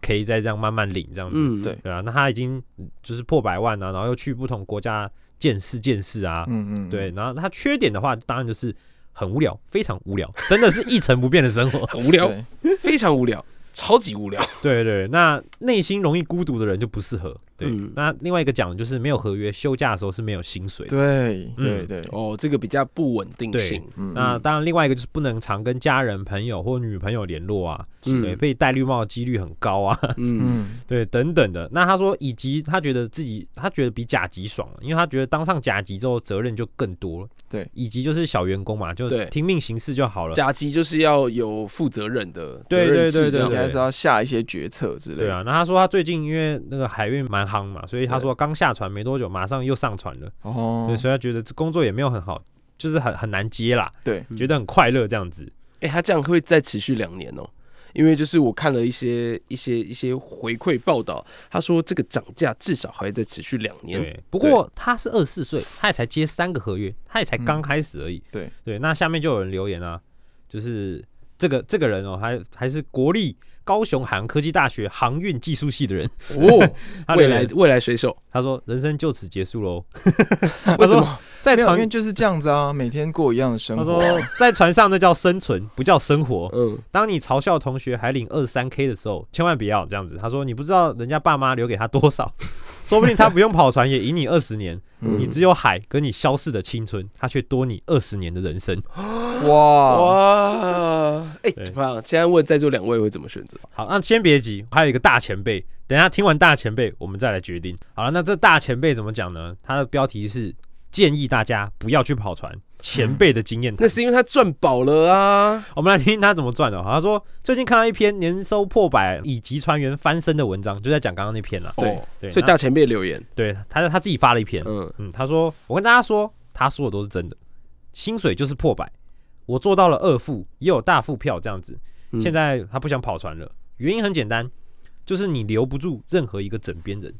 S2: 可以再这样慢慢领这样子。
S3: 嗯，。
S4: 对
S2: 对啊，那他已经就是破百万啊，然后又去不同国家见识见识啊，
S4: 嗯嗯，
S2: 对，，然后它缺点的话，当然就是很无聊，非常无聊，真的是一成不变的生活
S3: 很无聊，
S4: 对，
S3: 非常无聊，超级无聊。
S2: 对对，那内心容易孤独的人就不适合。对，
S3: 嗯
S2: 那另外一个讲的就是没有合约，休假的时候是没有薪水的。
S4: 对，对，
S2: 嗯
S4: 对，
S3: 哦，这个比较不稳定性，
S4: 嗯，
S2: 那当然，另外一个就是不能常跟家人、朋友或女朋友联络啊，
S3: 嗯
S2: 对，被戴绿帽的几率很高 啊，
S3: 嗯，
S4: 嗯，
S2: 对，等等的。那他说，以及他觉得自己，他觉得比甲级爽，啊因为他觉得当上甲级之后责任就更多了。
S4: 对，
S2: 以及就是小员工嘛，就
S3: 对
S2: 听命行事就好了。
S3: 甲级就是要有负责任的责
S2: 对
S3: 任制
S2: 对对
S3: 这样
S4: 应该是要下一些决策之类
S2: 对
S4: 的，
S2: 啊，那他说他最近因为那个海运蛮夯嘛，所以他
S4: 对
S2: 说刚下船没多久，马上又上船了，
S4: 哦
S2: 对，，所以他觉得这工作也没有很好，就是很很难接啦，
S4: 对，
S3: 嗯
S2: 觉得很快乐这样子。
S3: 哎、他这样会再持续两年哦、因为就是我看了一些一些一些回馈报道，他说这个涨价至少还在持续两年。
S2: 对，不过他是二十四岁，他也才接三个合约，他也才刚开始而已。
S4: 嗯对
S2: 对，那下面就有人留言啊，就是这个这个人哦、还还是国立高雄海洋科技大学航运技术系的人，
S3: 哦，
S2: 他
S3: 未
S2: 留
S3: 来
S2: 言
S3: 未来水手
S2: 他说人生就此结束喽，
S3: 为什
S2: 说
S3: 么？
S2: 在
S4: 没有，因
S2: 船
S4: 为就是这样子啊，每天过一样的生
S2: 他
S4: 活
S2: 说，在船上那叫生存，不叫生活。
S3: 嗯，
S2: 当你嘲笑同学还领二三 K 的时候，千万不要这样子。他说：“你不知道人家爸妈留给他多少， 说不定他不用跑船也赢你二十年。
S4: 嗯
S2: 你只有海跟你消逝的青春，他却多你二十年的人生。
S4: 哇，
S3: 哇，哎、
S2: 哦对
S3: 哇，现在问在座两位会怎么选 择？”
S2: 好，那先别急，还有一个大前辈，等一下听完大前辈，我们再来决定。好了，那这大前辈怎么讲呢？他的标题是建议大家不要去跑船，前辈的经验谈。
S3: 那是因为他赚饱了啊。
S2: 我们来听他怎么赚的。哦好他说最近看到一篇年收破百以及船员翻身的文章，就在讲刚刚那篇了。
S4: 对
S3: 哦，
S2: 对，
S3: 所以
S2: 那
S3: 大前辈留言，
S2: 对他他自己发了一篇，
S3: 嗯，
S2: 嗯，他说：“我跟大家说，他说的都是真的，薪水就是破百，我做到了二副，也有大副票这样子。
S3: 嗯
S2: 现在他不想跑船了，原因很简单，就是你留不住任何一个枕边人，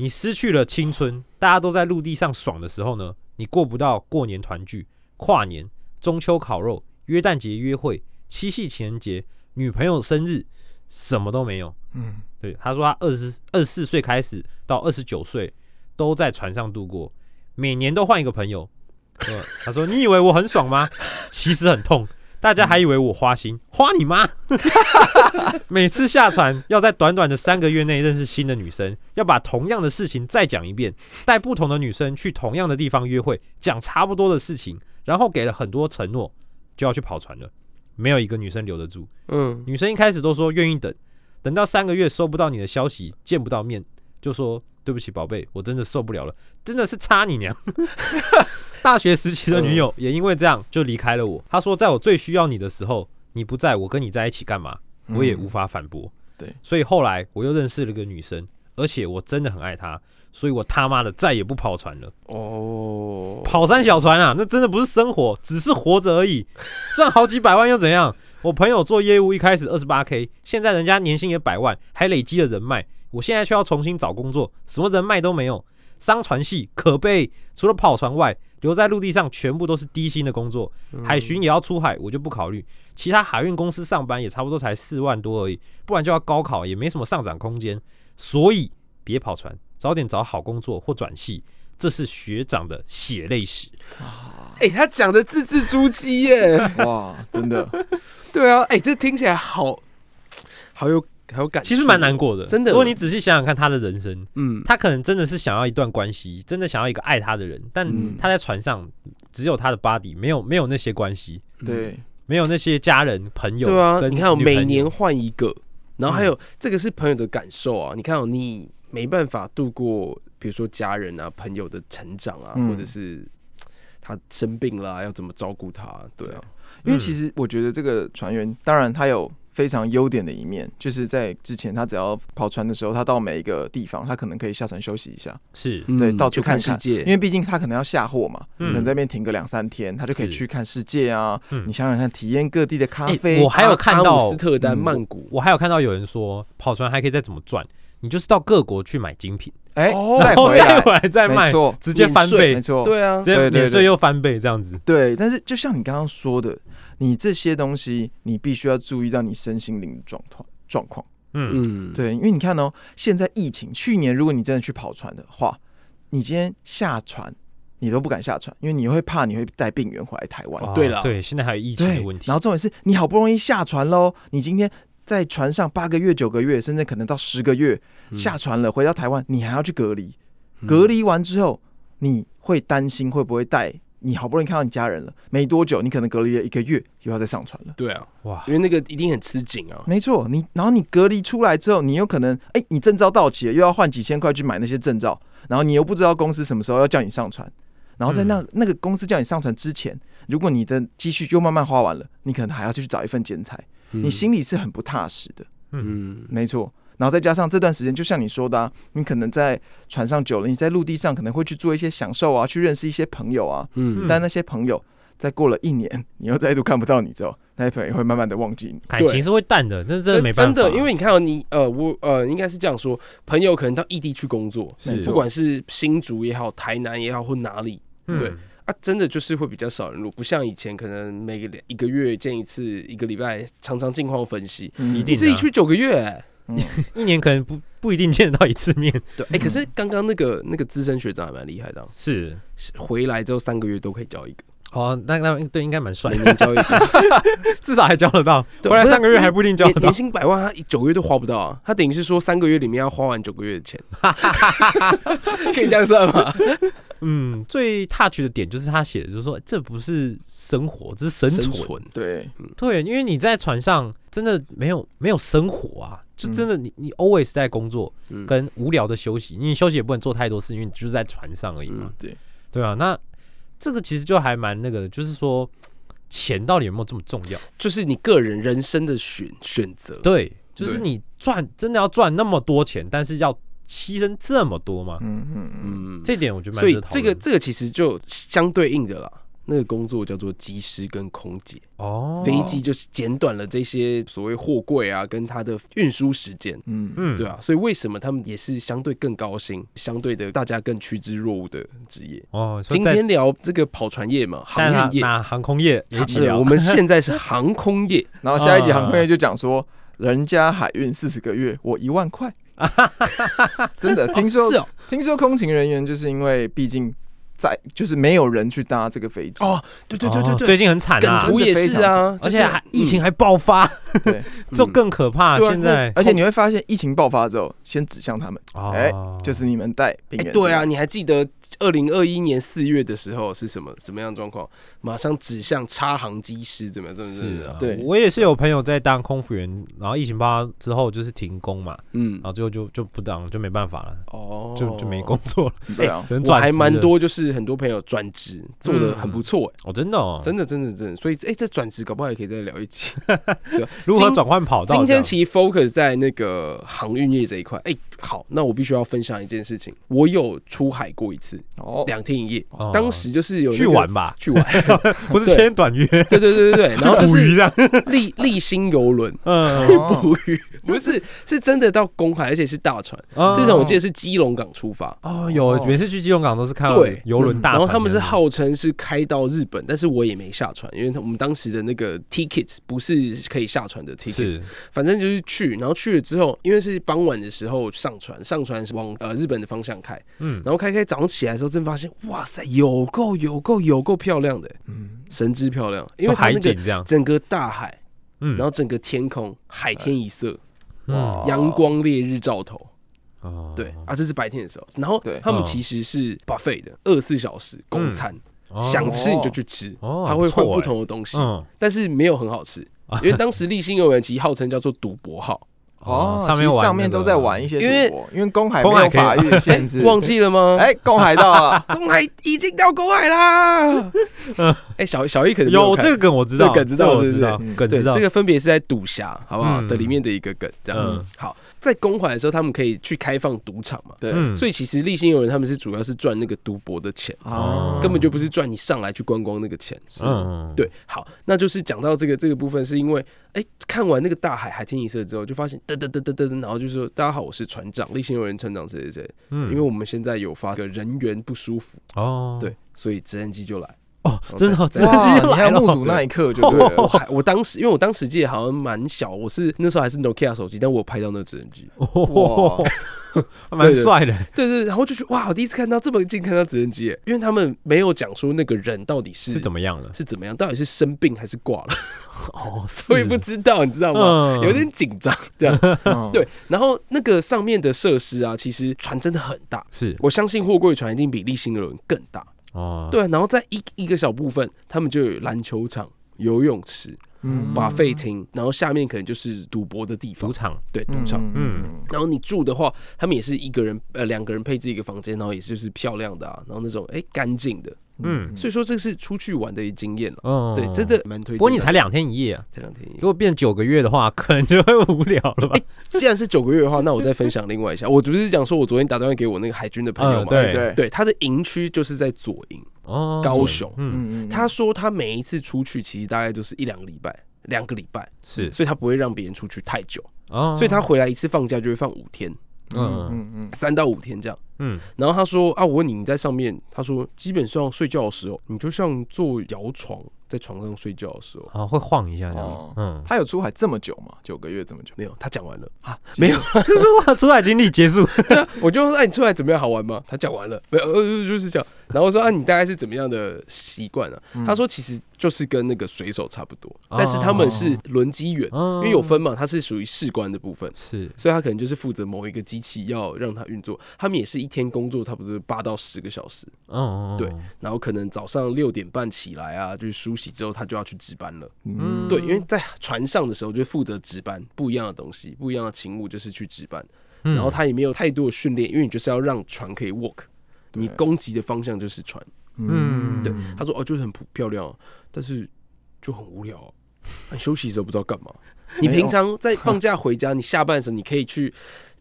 S2: 你失去了青春。大家都在陆地上爽的时候呢，你过不到过年团聚、跨年、中秋烤肉、约旦节约会、七夕情人节、女朋友生日，什么都没有。”
S4: 嗯，
S2: 对，他说他二十二十四岁开始到二十九岁都在船上度过，每年都换一个朋友。对他说：“你以为我很爽吗？其实很痛，大家还以为我花心，花你妈！每次下船要在短短的三个月内认识新的女生，要把同样的事情再讲一遍，带不同的女生去同样的地方约会，讲差不多的事情，然后给了很多承诺，就要去跑船了，没有一个女生留得住。
S3: 嗯，
S2: 女生一开始都说愿意等，等到三个月收不到你的消息，见不到面，就说对不起，宝贝，我真的受不了了，真的是差你娘。 大学时期的女友也因为这样就离开了我。她说，在我最需要你的时候，你不在我跟你在一起干嘛？我也无法反驳。
S4: 对，
S2: 所以后来我又认识了个女生，而且我真的很爱她，所以我他妈的再也不跑船了。
S3: 哦，
S2: 跑山小船啊，那真的不是生活，只是活着而已，赚好几百万又怎样？我朋友做业务一开始二十八 k，现在人家年薪也百万，还累积了人脉。我现在却要重新找工作，什么人脉都没有。商船系可悲，除了跑船外，留在陆地上全部都是低薪的工作。海巡也要出海，我就不考虑。其他海运公司上班也差不多才四万多而已，不然就要高考，也没什么上涨空间。所以别跑船，早点找好工作或转系，这是学长的血泪史。
S3: 哎、他讲的字字珠玑耶。
S4: 哇，真的，
S3: 对啊，哎、这听起来好好有好有感触，
S2: 其实蛮难过的，
S3: 真的
S2: 如果你仔细想想看他的人生，
S3: 嗯，
S2: 他可能真的是想要一段关系，真的想要一个爱他的人，但
S4: 嗯
S2: 他在船上只有他的 body，没有没有那些关系，
S4: 对，
S2: 没有那些家人朋友。
S3: 对啊，
S2: 跟
S3: 你看、哦，
S2: 女朋友
S3: 每年换一个，然后还有、这个是朋友的感受啊。你看、哦，你没办法度过，比如说家人啊、朋友的成长啊，
S4: 嗯
S3: 或者是他生病啦、要怎么照顾他？对啊，
S4: 因为
S2: 嗯
S4: 其实我觉得这个船员，当然他有非常优点的一面，就是在之前他只要跑船的时候，他到每一个地方，他可能可以下船休息一下，
S2: 是
S4: 对，
S3: 嗯
S4: 到处
S3: 就看
S4: 看
S3: 世界，
S4: 因为毕竟他可能要下货嘛，
S2: 嗯
S4: 可能在那边停个两三天，他就可以
S2: 是
S4: 去看世界啊。
S2: 嗯
S4: 你想想看，体验各地的咖啡，
S2: 欸我还有
S3: 阿
S2: 看到
S3: 阿姆斯特丹、
S4: 嗯
S3: 曼谷，
S2: 我还有看到有人说跑船还可以再怎么赚，你就是到各国去买精品，
S4: 哎
S3: 哦
S4: 带
S2: 然后
S4: 回
S2: 带
S4: 来，
S2: 回来再卖
S4: 没，错，
S2: 直接翻倍
S4: 没，错，
S3: 对啊
S2: 直，接
S4: 对对对
S2: 免税又翻倍这样子。
S4: 对。但是就像你刚刚说的，你这些东西你必须要注意到你身心灵的状况状况。
S2: 嗯，
S3: 嗯，
S4: 对，因为你看哦，现在疫情，去年如果你真的去跑船的话，你今天下船你都不敢下船，因为你会怕你会带病源回来台湾。
S2: 哇
S3: 哦对啦
S2: 哦对，现在还有疫情
S4: 对
S2: 的问，题
S4: 然，后重点是你好不容易下船喽，你今天在船上八个月、九个月，甚至可能到十个月
S2: 嗯
S4: 下船了，回到台湾你还要去隔离，隔离完之后你会担心会不会带。你好不容易看到你家人了，没多久你可能隔离了一个月，又要再上船了。
S3: 对啊，
S2: 哇，
S3: 因为那个一定很吃紧啊。
S4: 没错，你然后你隔离出来之后，你有可能哎、你证照到期了，又要换几千块去买那些证照，然后你又不知道公司什么时候要叫你上船，然后在那、那个公司叫你上船之前，如果你的积蓄又慢慢花完了，你可能还要去找一份剪裁，你
S3: 你，
S4: 心里是很不踏实的。
S3: 嗯，
S4: 没错。然后再加上这段时间，就像你说的、啊，你可能在船上久了，你在陆地上可能会去做一些享受啊，去认识一些朋友啊。
S3: 嗯
S4: 但那些朋友在过了一年，你又再度看不到你之后，那些朋友也会慢慢的忘记你。
S2: 感情是会淡的，那真的
S3: 真
S2: 没办法，
S3: 真的，因为你看到、你呃，我呃，应该是这样说，朋友可能到异地去工作，
S2: 是
S4: 没错
S3: 不管是新竹也好、台南也好或哪里
S2: 嗯
S3: 对啊，真的就是会比较少人录，不像以前可能每个一个月见一次，一个礼拜常常近况分析。
S2: 一
S4: 嗯
S2: 定的
S3: 你
S2: 啊
S3: 自己去九个月、欸，
S2: 一年可能不不一定见得到一次面，
S3: 对，哎、可是刚刚那个那个资深学长还蛮厉害的啊、
S2: 是
S3: 回来之后三个月都可以交一个，
S2: 哦，那那对应该蛮帅
S3: 每
S2: 的，
S3: 年交一个，
S2: 至少还交得到，
S3: 对
S2: 回来
S3: 不是
S2: 三个月还不一定交
S3: 年
S2: 得到
S3: 年。薪百万，他九个月都花不到啊，他等于是说三个月里面要花完九个月 的钱，可以这样算吗？
S2: 嗯，最 touch 的点就是他写的，就是说这不是生活，这是生存。
S3: 存
S4: 对，
S2: 对，因为你在船上真的没有没有生活啊，就真的你你 always 在工作
S3: 嗯
S2: 跟无聊的休息，你休息也不能做太多事，因为你就是在船上而已嘛。
S3: 嗯
S4: 对，
S2: 对啊，那这个其实就还蛮那个的，就是说钱到底有没有这么重要？
S3: 就是你个人人生的选选择。
S2: 对，就是
S4: 对
S2: 你赚真的要赚那么多钱，但是要牺牲这么多吗？
S4: 嗯嗯嗯，
S3: 嗯，
S2: 这点我觉得蛮
S3: 所
S2: 值得
S3: 以
S2: 讨
S3: 这
S2: 论
S3: 个
S2: 的
S3: 这个其实就相对应的啦。那个工作叫做机师跟空姐，
S2: 哦，
S3: 飞机就是简短了这些所谓货柜啊，跟它的运输时间。
S4: 嗯嗯，
S2: 嗯，
S3: 对啊，所以为什么他们也是相对更高薪，相对的大家更趋之若鹜的职业？
S2: 哦，所以
S3: 今
S2: 在
S3: 天聊这个跑船业嘛，航
S2: 在哪
S3: 运业，
S2: 哪航空业也一起
S3: 对
S2: 聊
S3: 我。们现在是航 空业，
S4: 然后下一集
S2: 啊
S4: 航空业就讲说，人家海运四十个月，我一万块， 真的，听说
S3: 是哦，
S4: 听说空勤人员就是因为毕竟在就是没有人去搭这个飞机，
S3: 哦，对对对
S2: 哦
S3: 对
S2: 最
S3: 对，
S2: 近很惨
S3: 梗
S2: 啊，
S3: 图也是啊，
S2: 而
S3: 就
S2: 且
S3: 是
S2: 还疫情还爆发，
S4: 对，
S2: 这更可怕。
S3: 对啊
S2: 现在
S4: 而且你会发现疫情爆发之后，先指向他们，哎
S2: 哦，
S4: 就是你们带病
S3: 哎、
S4: 人进
S3: 对
S4: 来，
S3: 啊，你还记得二零二一年四月的时候是什么什么样的状况？马上指向差航机师，怎么样？怎么样？怎么
S2: 是
S3: 样
S2: 啊，
S4: 对
S2: 我也是有朋友在当空服员，然后疫情爆发之后就是停工嘛，
S3: 嗯
S2: 然，后最后就就不当就没办法了，
S3: 哦，哎
S2: 就就没工。 作了，
S4: 对啊，
S2: 只能
S3: 我
S2: 转职
S3: 还
S2: 了。
S3: 蛮多，就是很多朋友转职做的很不错、哎、
S2: 哦，真的哦，
S3: 真的，真的，真的。所以，哎、这转职搞不好也可以再聊一期。
S2: 如何
S3: 今
S2: 转换跑道这样？
S3: 今天其实 focus 在那个航运业这一块。哎、好，那我必须要分享一件事情，我有出海过一次，
S4: 哦，
S3: 两天一夜。
S2: 哦
S3: 当时就是有、
S2: 去玩，吧，
S3: 去玩，
S2: 不是
S3: 对
S2: 签短约，
S3: 对对对对对，然后就
S2: 捕鱼啊
S3: 是
S2: 这 样。
S3: 立立新游轮，
S2: 嗯，
S3: 去
S4: 哦
S3: 捕鱼，不是是真的到公海，而且是大船。
S2: 这
S3: 这种我记得是基隆港出发，
S2: 嗯哦，有
S4: 哦
S2: 每次去基隆港都是看到
S3: 对
S2: 游轮大
S3: 然
S2: 船
S3: 后
S2: 的，
S3: 他们是号称是开到日本，但是我也没下船，因为我们当时的那个 ticket 不是可以下船的 ticket，
S2: 是
S3: 反正就是去，然后去了之后，因为是傍晚的时候，上船，上船是往呃日本的方向开，
S2: 嗯，
S3: 然后开开早上起来的时候，真发现哇塞，有够有够有够漂亮的，
S4: 嗯，
S3: 神之漂亮，因
S2: 就
S3: 为它
S2: 海
S3: 那个
S2: 景这样，
S3: 整个大海，
S2: 嗯，
S3: 然后整个天空海天一色，
S2: 嗯
S4: 哇
S3: 阳光烈日照头，
S2: 哦
S3: 对啊，这是白天的时候，然后
S4: 对
S3: 他们
S2: 嗯
S3: 其实是 buffet 的，二十四小时供餐，
S2: 哦
S3: 想吃你就去吃，
S2: 哦
S3: 它会换
S2: 不错欸
S3: 不同的东西，哦
S2: 嗯
S3: 但是没有很 好吃，因为当时立新游园其实号称叫做赌博号，
S4: 哦，
S2: 上面
S4: 其实
S2: 玩
S4: 上面
S2: 那个
S4: 都在玩一些
S3: 因为
S4: 赌博，因为公海
S2: 公
S4: 没
S2: 海
S4: 有
S2: 可以
S4: 法律的限 制，
S3: 忘记了吗？
S4: 哎，公海到了，
S3: 公海已经到公海 啦！哎，小小易可能没
S2: 嗯有
S3: 看
S2: 这个梗我知道，
S3: 这个梗知道
S2: 这个我
S3: 是不
S2: 知
S3: 是
S2: 道
S4: 嗯，
S2: 梗
S3: 对
S2: 知道
S3: 这个分别是在赌侠好不好
S2: 嗯
S3: 的里面的一个梗，这样
S2: 嗯
S3: 好。在公海的时候，他们可以去开放赌场嘛，
S4: 对，
S2: 嗯，
S3: 所以其实立新游人他们是主要是赚那个赌博的钱，
S2: 哦
S3: 根本就不是赚你上来去观光那个钱。
S2: 嗯嗯，嗯，
S3: 对，好，那就是讲到这个这个部分，是因为哎、看完那个大海海天一色之后，就发现噔噔噔噔噔，然后就说大家好，我是船长，立新游人船长谁谁谁，
S2: 嗯
S3: 因为我们现在有发个人员不舒服，
S2: 哦，
S3: 对，所以直升机就来。
S2: 哦，真的哦直接
S4: 哇， 你还
S2: 来
S4: 要
S2: 了，
S4: 目睹那一 刻就对
S2: 哦
S3: 对，我
S4: 了，
S3: 还我当时因为我当时记得好像蛮小，我是那时候还是 Nokia 手机，但我有拍到那个直升机。
S2: 哇，蛮
S3: 对对
S2: 帅的，
S3: 对对，然后就觉得哇，我第一次看到这么近看到直升机耶，因为他们没有讲说那个人到底是
S2: 是怎么样了？
S3: 是怎么样，到底是生病还是挂了，
S2: 哦，
S3: 我也不知道，你知道吗？
S2: 嗯
S3: 有点紧张，这样
S4: 嗯，
S3: 对。然后那个上面的设施啊，其实船真的很大，
S2: 是
S3: 我相信货柜船一定比立新的轮更大。
S2: 哦，
S3: 对，然后在一一个小部分，他们就有篮球场、游泳池、
S4: 嗯
S3: 把费厅，然后下面可能就是赌博的地方
S2: 赌，场，
S3: 对，赌场。
S2: 嗯
S3: 然后你住的话，他们也是一个人呃两个人配置一个房间，然后也是就是漂亮的啊，然后那种哎干净的，
S2: 嗯
S3: 所以说这是出去玩的一经验了。
S2: 哦，
S3: 嗯对，真的蛮推荐的。
S2: 不过你才两天一夜啊，
S3: 才两天一夜
S2: 如，果变九个月的话，可能就会无聊了吧？嗯
S3: 既然是九个月的话，那我再分享另外一下。我不是讲说我昨天打电话给我那个海军的朋友
S2: 嗯，
S3: 嘛，
S2: 对，
S4: 对，
S3: 对，他的营区就是在左营，
S2: 哦，
S3: 高雄
S2: 嗯，
S4: 嗯嗯
S3: 他说他每一次出去其实大概就是一两个礼拜。两个礼拜，
S2: 是，
S3: 所以他不会让别人出去太久，
S2: 哦，
S3: 所以他回来一次放假就会放五天，
S2: 嗯嗯
S4: 嗯嗯，
S3: 三到五天这样。
S2: 嗯，
S3: 然后他说啊，我问你，你在上面？他说基本上睡觉的时候，你就像坐摇床在床上睡觉的时候，
S2: 好会晃一下这样
S4: 哦，
S2: 嗯，
S4: 他有出海这么久吗？九个月这么久？
S3: 没有，他讲完了啊，没有，
S2: 这是我出海经历结 束，
S3: 我就说哎，你出来怎么样好玩吗？他讲完了，没有，呃，就是这样。然后我说啊，你大概是怎么样的习惯啊？他说其实就是跟那个水手差不多，但是他们是轮机员，因
S2: 因
S3: 为有分嘛，他是属于士官的部分。
S2: 是
S3: 所以他可能就是负责某一个机器，要让它运作。他们也是一天工作差不多八到十个小时，
S2: 哦，
S3: 对然后可能早上六点半起来啊，就是梳洗之后，他就要去值班了。
S2: 嗯
S3: 对，因为在船上的时候就负责值班，不一样的东西，不一样的勤务就是去值班。
S2: 嗯
S3: 然后他也没有太多的训练，因为你就是要让船可以 work，你
S4: 对
S3: 攻击的方向就是船。
S2: 嗯
S3: 对，他说哦，就是很普漂亮啊，但是就很无聊啊、那你休息的时候不知 道干嘛。你平常在放假回家，你下班的时候你可以去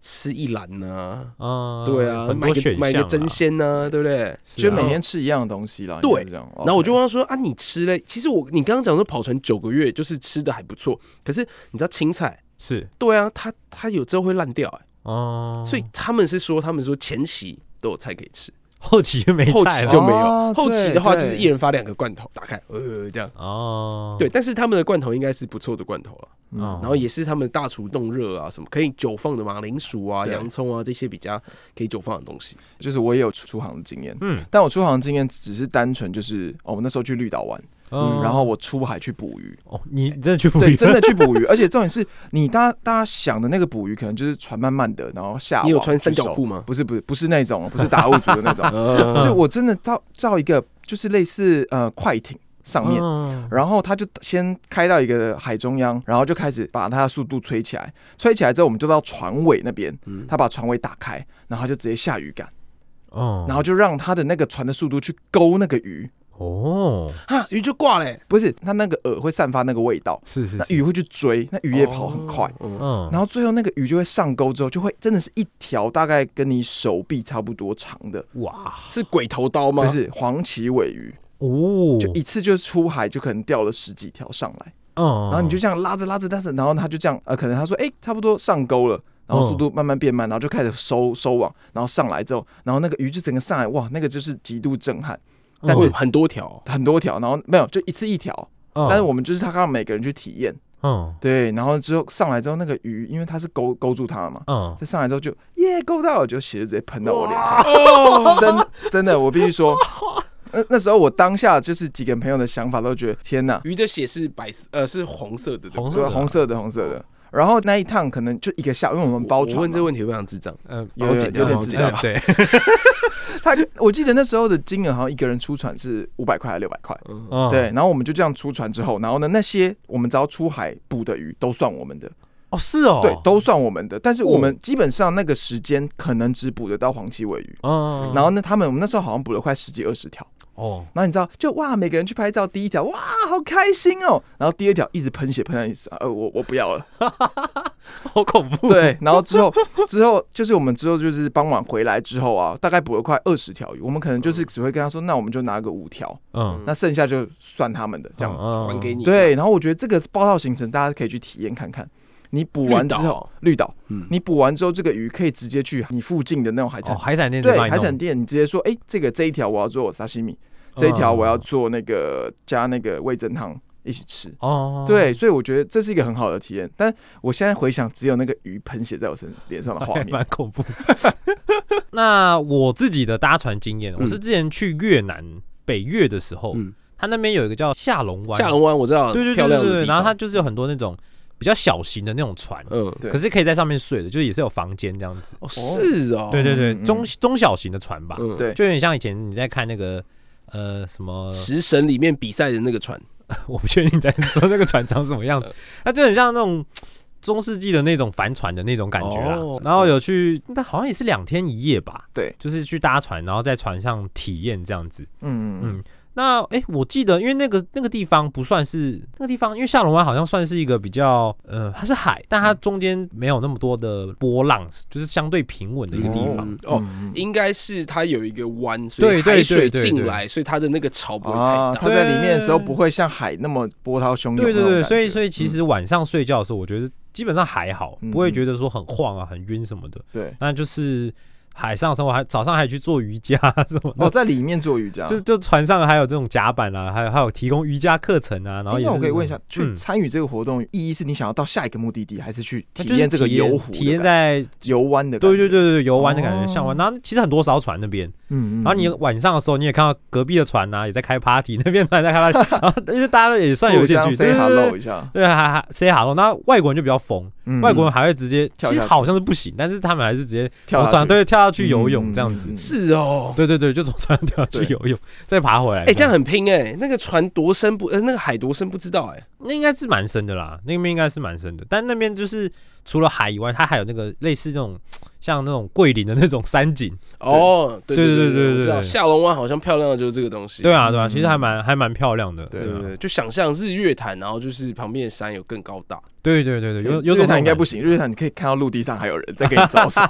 S3: 吃一篮呐、
S2: 啊
S3: 对啊，
S2: 很
S3: 买
S2: 多
S3: 个
S2: 选项
S3: 买个
S2: 啦
S3: 真，鲜呐、对不对？
S4: 就每
S2: 没。
S4: 天吃一样的东西啦，
S3: 对
S4: 应该是这样。哦
S3: 然后我就
S4: OK
S3: 问他说啊，你吃嘞？其实我你刚刚讲说跑船九个月，就是吃的还不错，可是你知道青菜，
S2: 是
S3: 对啊，它它有时候会烂掉、欸，
S2: 哦，
S3: 所以他们是说，他们说前期都有菜可以吃，
S2: 后期就没
S3: 后
S2: 菜
S3: 期
S2: 了
S3: 就没有，
S4: 哦
S3: 后期的话就是
S4: 对
S3: 一人发两个罐头，打开呃这样。
S2: 哦，
S3: 对，，但是他们的罐头应该是不错的罐头了，
S4: 嗯
S2: 哦
S3: 然后也是他们大厨弄热啊，什么可以久放的马铃薯啊、
S4: 对
S3: 洋葱啊这些比较可以久放的东西。
S4: 就是我也有出出航的经验，
S2: 嗯，
S4: 但我出航的经验只是单纯就是哦，我那时候去绿岛玩，
S3: 嗯
S2: 哦
S4: 嗯然后我出海去捕鱼，
S2: 哦，你真的去捕
S4: 对，
S2: 鱼，
S4: 真的去捕鱼，而且重点是你大家大家想的那个捕鱼，可能就是船慢慢的，然后下
S3: 你有
S4: 网
S3: 穿
S4: 去
S3: 三角
S4: 收
S3: 裤吗，
S4: 不是不是不是那种，不是打雾族的那种 是
S3: 呃，
S4: 我真的到到一个就是类似呃快艇上
S3: 嗯
S4: 面。
S2: 哦
S4: 然后他就先开到一个海中央，然后就开始把他的速度吹起来，吹起来之后我们就到船尾那边，
S3: 嗯
S4: 他把船尾打开，然后他就直接下鱼竿，
S2: 哦，
S4: 然后就让他的那个船的速度去勾那个鱼，
S2: 哦，
S3: 啊，鱼就挂嘞、
S4: 不是他那个饵会散发那个味道，
S2: 是是
S4: 那
S2: 是，
S4: 鱼会去追，那鱼也跑很快。
S3: 哦，嗯，
S2: 嗯，
S4: 然后最后那个鱼就会上钩之后，就会真的是一条大概跟你手臂差不多长的，
S2: 哇
S3: 是鬼头刀吗？
S4: 就，是黄鳍尾鱼，
S2: 哦，
S4: 就一次就出海就可能钓了十几条上来，
S2: 嗯，
S4: 然后你就这样拉着拉着拉着，然后他就这样呃，可能他说哎、差不多上钩了，然
S2: 嗯
S4: 后速度慢慢变慢，然后就开始收收网，然后上来之后，然后那个鱼就整个上来，哇，那个就是极度震撼，但是
S3: 很多条，
S4: 很多条，然后没有就一次一条，但是我们就是他让每个人去体验，
S2: 嗯
S4: 对，然后之后上来之后，那个鱼因为它是勾勾住它了嘛，
S2: 嗯，
S4: 在上来之后就耶勾到了，就血就直接喷到我脸上，真真的，我必须说。那那时候我当下就是几个朋友的想法都觉得天哪，
S3: 鱼的血是白色，呃，是红色的。对不对
S2: 红色
S4: 对，
S2: 的
S4: 红色的红色的。然后那一趟可能就一个下午，因为我们包
S3: 我
S4: 船
S3: 问这
S4: 嘛，
S3: 问题会不会很智障？
S2: 嗯，
S4: 有
S3: 帮我
S4: 有
S3: 剪掉
S4: 有点
S3: 帮我
S4: 智
S3: 剪
S4: 障
S3: 掉。
S2: 对，
S4: 他我记得那时候的金额好像一个人出船是五百块还是六百块，
S3: 嗯，
S2: 嗯
S4: 对。然后我们就这样出船之后，然后呢，那些我们只要出海捕的鱼都算我们的，
S2: 哦是哦，
S4: 对，都算我们的。但是我
S2: 哦
S4: 们基本上那个时间可能只捕得到黄鳍尾鱼。
S2: 嗯，
S4: 然后呢，他们我们那时候好像捕了快十几二十条。
S2: 哦，
S4: 然后你知道，就哇，每个人去拍照，第一条哇，好开心哦。然后第二条一直喷血喷到你身上，呃，我我不要了。
S2: 好恐怖，
S4: 对，然后之后之后就是我们之后就是傍晚回来之后啊，大概捕了快二十条鱼，我们可能就是只会跟他说，那我们就拿个五条，
S2: 嗯，
S4: 那剩下就算他们的这样子。
S2: 嗯
S3: 还给，你。
S4: 对，然后我觉得这个报道行程大家可以去体验看看。你捕
S3: 绿
S4: 完之
S3: 岛
S4: 后，绿岛，
S3: 嗯，
S4: 你捕完之后，这个鱼可以直接去你附近的那种海
S2: 哦，
S4: 产，
S2: 海产店
S4: 对，海产店，你直接说，哎，这个这一条我要做沙西
S2: 哦
S4: 米，这一条我要做那个加那个味增汤一起吃。
S2: 哦，
S4: 对，所以我觉得这是一个很好的体验。但我现在回想，只有那个鱼喷血在我身脸上的画
S2: 还
S4: 面。
S2: 哎蛮恐怖。那我自己的搭船经验，我是
S3: 嗯
S2: 之前去越南北越的时候，
S3: 嗯
S2: 它那边有一个叫下龙湾，
S3: 下龙湾我知道，
S2: 对对
S3: 漂
S2: 对
S3: 亮
S2: 对
S3: 的
S2: 对，
S3: 地
S2: 然后它
S3: 方，
S2: 就是有很多那种比较小型的那种船，
S3: 嗯，
S4: 对
S2: 可是可以在上面睡的，就是也是有房间这样子。
S3: 哦是哦，
S2: 对对对，
S4: 嗯嗯
S2: 中中小型的船吧，
S3: 嗯
S4: 对
S2: 就有点像以前你在看那个呃什么，
S3: 食神里面比赛的那个船，
S2: 我不确定你在说那个船长什么样子，它就很像那种中世纪的那种帆船的那种感觉啦。
S3: 哦
S2: 然后有去，那好像也是两天一夜吧，
S4: 对，
S2: 就是去搭船，然后在船上体验这样子。
S4: 嗯嗯
S2: 嗯，那哎、诶我记得，因为那个那个地方不算是那个地方，因为下龙湾好像算是一个比较呃，它是海，但它中间没有那么多的波浪，就是相对平稳的一个地方。
S3: 嗯哦。
S4: 嗯
S3: 应该是它有一个湾，所
S2: 对
S3: 以
S2: 对
S3: 海水
S2: 对对
S3: 进
S2: 对
S3: 来，所以它的那个潮不会
S4: 啊，
S3: 太
S4: 它
S3: 大。
S4: 在里面的时候不会像海那么波涛汹涌。
S2: 对对对，所以所以其
S4: 嗯
S2: 实晚上睡觉的时候，我觉得基本上还好，
S4: 嗯
S2: 不会觉得说很晃啊、很晕什么的。
S4: 对
S2: 那就是海上生活，还早上还去做瑜伽什么
S4: 哦，
S2: 的。
S4: 在里面做瑜伽。
S2: 就就船上还有这种甲板啊，还有还有提供瑜伽课程啊，然后
S4: 诶
S2: 也是
S4: 那我可以问一
S2: 那
S4: 下
S2: 种，
S4: 去
S2: 嗯
S4: 参与这个活动意义是你想要到下一个目的地，还是去
S2: 那
S4: 体
S2: 就是
S4: 验这个
S2: 体验
S4: 游湖的
S2: 体验
S4: 感
S2: 在
S4: 觉游湾的？
S2: 对对，对对游玩的感觉，
S4: 哦
S2: 像玩。然后其实很多艘船那边，
S4: 嗯嗯。
S2: 然后你
S4: 嗯
S2: 晚上的时候你也看到隔壁的船呐、啊、也在开 party，那边船也在开 party，然后因为大家也算有
S4: 互
S2: 一点
S4: 相
S2: 距离，哎
S4: say
S2: 对对
S4: hello
S2: 对
S4: 一下，
S2: 对，还还 say hello。那外国人就比较疯，
S4: 嗯
S2: 外国人还会直接，
S4: 跳
S2: 其实
S4: 下去
S2: 好像是不行，但是他们还是直接
S4: 跳
S2: 从
S4: 下
S2: 船
S4: 去
S2: 对跳下去游泳这样子
S4: 嗯嗯嗯。
S3: 是哦，
S2: 对对对，就从船跳下去
S4: 对
S2: 游泳，再爬回来。
S3: 哎，这样很拼哎，那个船多深不？呃，那个海多深不知道哎。
S2: 那应该是蛮深的啦，那边应该是蛮深的。但那边就是除了海以外，它还有那个类似那种像那种桂林的那种山景，
S3: 哦，对
S2: 对
S3: 对
S2: 对对
S3: 我知道
S2: 对
S3: 下龙湾好像漂亮的就是这个东西。
S2: 对啊对啊，其实还
S4: 嗯
S2: 蛮还蛮漂亮的。
S4: 对
S3: 对，
S2: 啊
S3: 对对，就想象日月潭，然后就是旁边的山有更高大。
S2: 对对对对，有有种
S4: 日月潭应该不
S2: 行，
S4: 行，日月潭你可以看到陆地上还有人在跟你招手。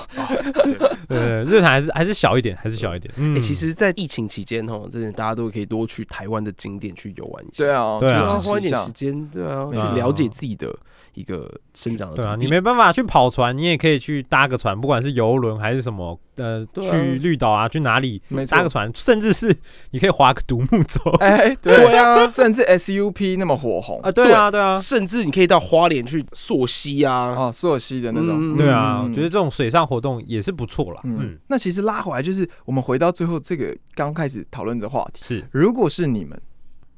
S2: 对对，对日坛还是还是小一点，还是小一点。嗯
S3: 哎，其实，在疫情期间哈，真的大家都可以多去台湾的景点去游玩一下。
S4: 对 啊，
S2: 对啊
S3: 就
S4: 就支
S3: 是
S4: 持
S3: 花一
S4: 一
S3: 点
S4: 下
S3: 时间，对啊，
S4: 没
S2: 错
S3: 去了解自己的一个生长的
S2: 对啊，
S3: 土地
S2: 你没办法去跑船，你也可以去搭个船，不管是游轮还是什么，呃，
S3: 对啊
S2: 去绿岛啊，去哪里
S4: 没
S2: 搭个
S4: 错。
S2: 船，甚至是你可以划个独木舟
S4: 哎，对，
S3: 对啊，
S4: 甚至 SUP 那么火红
S2: 啊。对啊，对啊，
S3: 甚至你可以到花莲去溯溪啊，
S4: 哦，溯溪的那种，
S3: 嗯
S2: 对啊，
S4: 嗯
S2: 我觉得这种水上活动也是不错啦。
S4: 嗯
S2: 嗯，，
S4: 那其实拉回来就是我们回到最后这个刚开始讨论的话题，
S2: 是
S4: 如果是你们，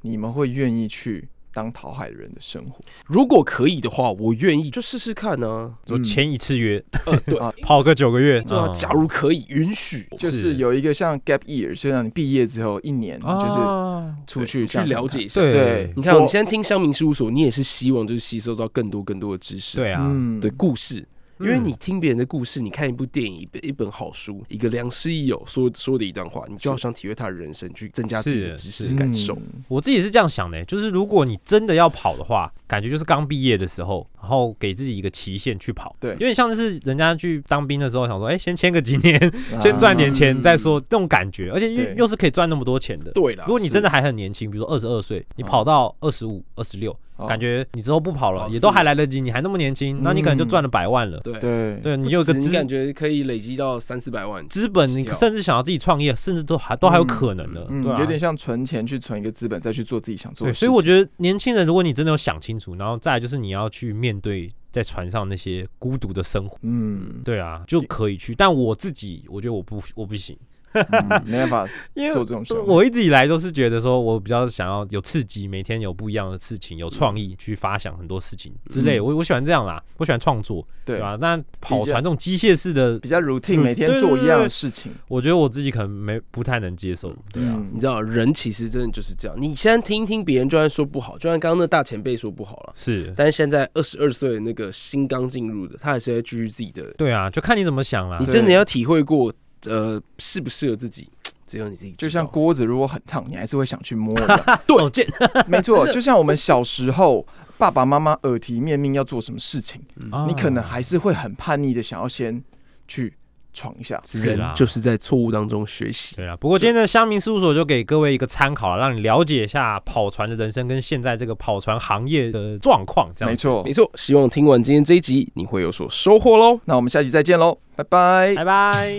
S4: 你们会愿意去当讨海人的生活？
S3: 如果可以的话，我愿意就试试看 呢、
S2: 就
S4: 嗯
S2: 前一次约
S3: 呃，对
S4: 啊
S2: 跑个九个月，
S3: 对啊，
S2: 嗯
S3: 假如可以允许，
S4: 就是有一个像 gap year，就让你毕业之后一年，就是
S2: 啊
S4: 出去
S3: 去了解。一下。
S2: 对
S3: 你看，我
S4: 我
S3: 们现在听乡民事务所，你也是希望就是吸收到更多更多的知识，
S2: 对啊，
S4: 嗯
S3: 对故事。因为
S2: 嗯
S3: 你听别人的故事，你看一部电影、一本一本好书、一个良师益友说说的一段话，你就好想体会他的人生，去增加自己的
S2: 是
S3: 知识感受。
S4: 嗯
S2: 我自己是这样想的，就是如果你真的要跑的话，感觉就是刚毕业的时候，然后给自己一个期限去跑，
S4: 对
S2: 有点像是人家去当兵的时候想说，哎、先签个几年，先赚点
S3: 嗯
S2: 钱再说，那种感觉，而且又
S4: 对
S2: 又是可以赚那么多钱的。
S3: 对啦，
S2: 如果你
S3: 是
S2: 真的还很年轻，比如说二十二岁，你跑到二十五、二十六，
S4: 哦
S2: 感觉你之后不跑了，
S3: 哦
S2: 也都还来得及，你还那么年轻，那你可能就赚了百万了。
S3: 对，
S4: 对
S2: 对你有一个
S3: 不止
S2: 资
S3: 你感觉可以累积到三四百万，
S2: 资本，你
S3: 掉
S2: 甚至想要自己创业，甚至都还都还有可能的，
S4: 嗯
S2: 对、啊，
S4: 有点像存钱去存一个资本，再去做自己想做
S2: 对，
S4: 的事情。
S2: 所以我觉得年轻人，如果你真的有想清楚，然后再来就是你要去面对在船上那些孤独的生活，
S4: 嗯，
S2: 对啊，就可以去。但我自己，我觉得我不我不行，
S4: 嗯没办法
S2: 因
S4: 做
S2: 为
S4: 这种事。
S2: 我一直以来都是觉得说，我比较想要有刺激，每天有不一样的事情，有创意去发想很多事情之类。
S4: 嗯
S2: 我我喜欢这样啦，我喜欢创作，
S4: 对
S2: 对吧、那跑船这种机械式的，
S4: 比较 routine，
S2: 嗯
S4: 每天
S2: 对对
S4: 做一样
S2: 对
S4: 的事情。
S2: 我觉得我自己可能没不太能接受。对啊，
S4: 嗯
S3: 你知道，人其实真的就是这样。你现在听一听别人，就算说不好，就算刚刚那大前辈说不好了，
S2: 是。
S3: 但是现在二十二岁的那个新刚进入的，他还是在继续自己的。
S2: 对啊，就看你怎么想啦
S3: 你。真的要体会过，呃，适不适合自己，只有你自己知道。
S4: 就像锅子如果很烫，你还是会想去 摸的。
S2: 手贱，
S4: 没错，就像我们小时候，爸爸妈妈耳提面命要做什么事情，
S2: 啊
S4: 你可
S2: 哦
S4: 能还是会很叛逆的，想要先去闯一下。
S2: 是
S3: 人
S2: 啦
S3: 就是在错误当中学习。
S2: 对啊，不过今天的乡民事务所就给各位一个参考啊，让你了解一下跑船的人生跟现在这个跑船行业的状况，这样
S4: 没
S2: 子。
S4: 错
S3: 没，错，希望听完今天这一集，你会有所收获喽。
S4: 那我们下期再见喽，拜拜。
S2: 拜拜。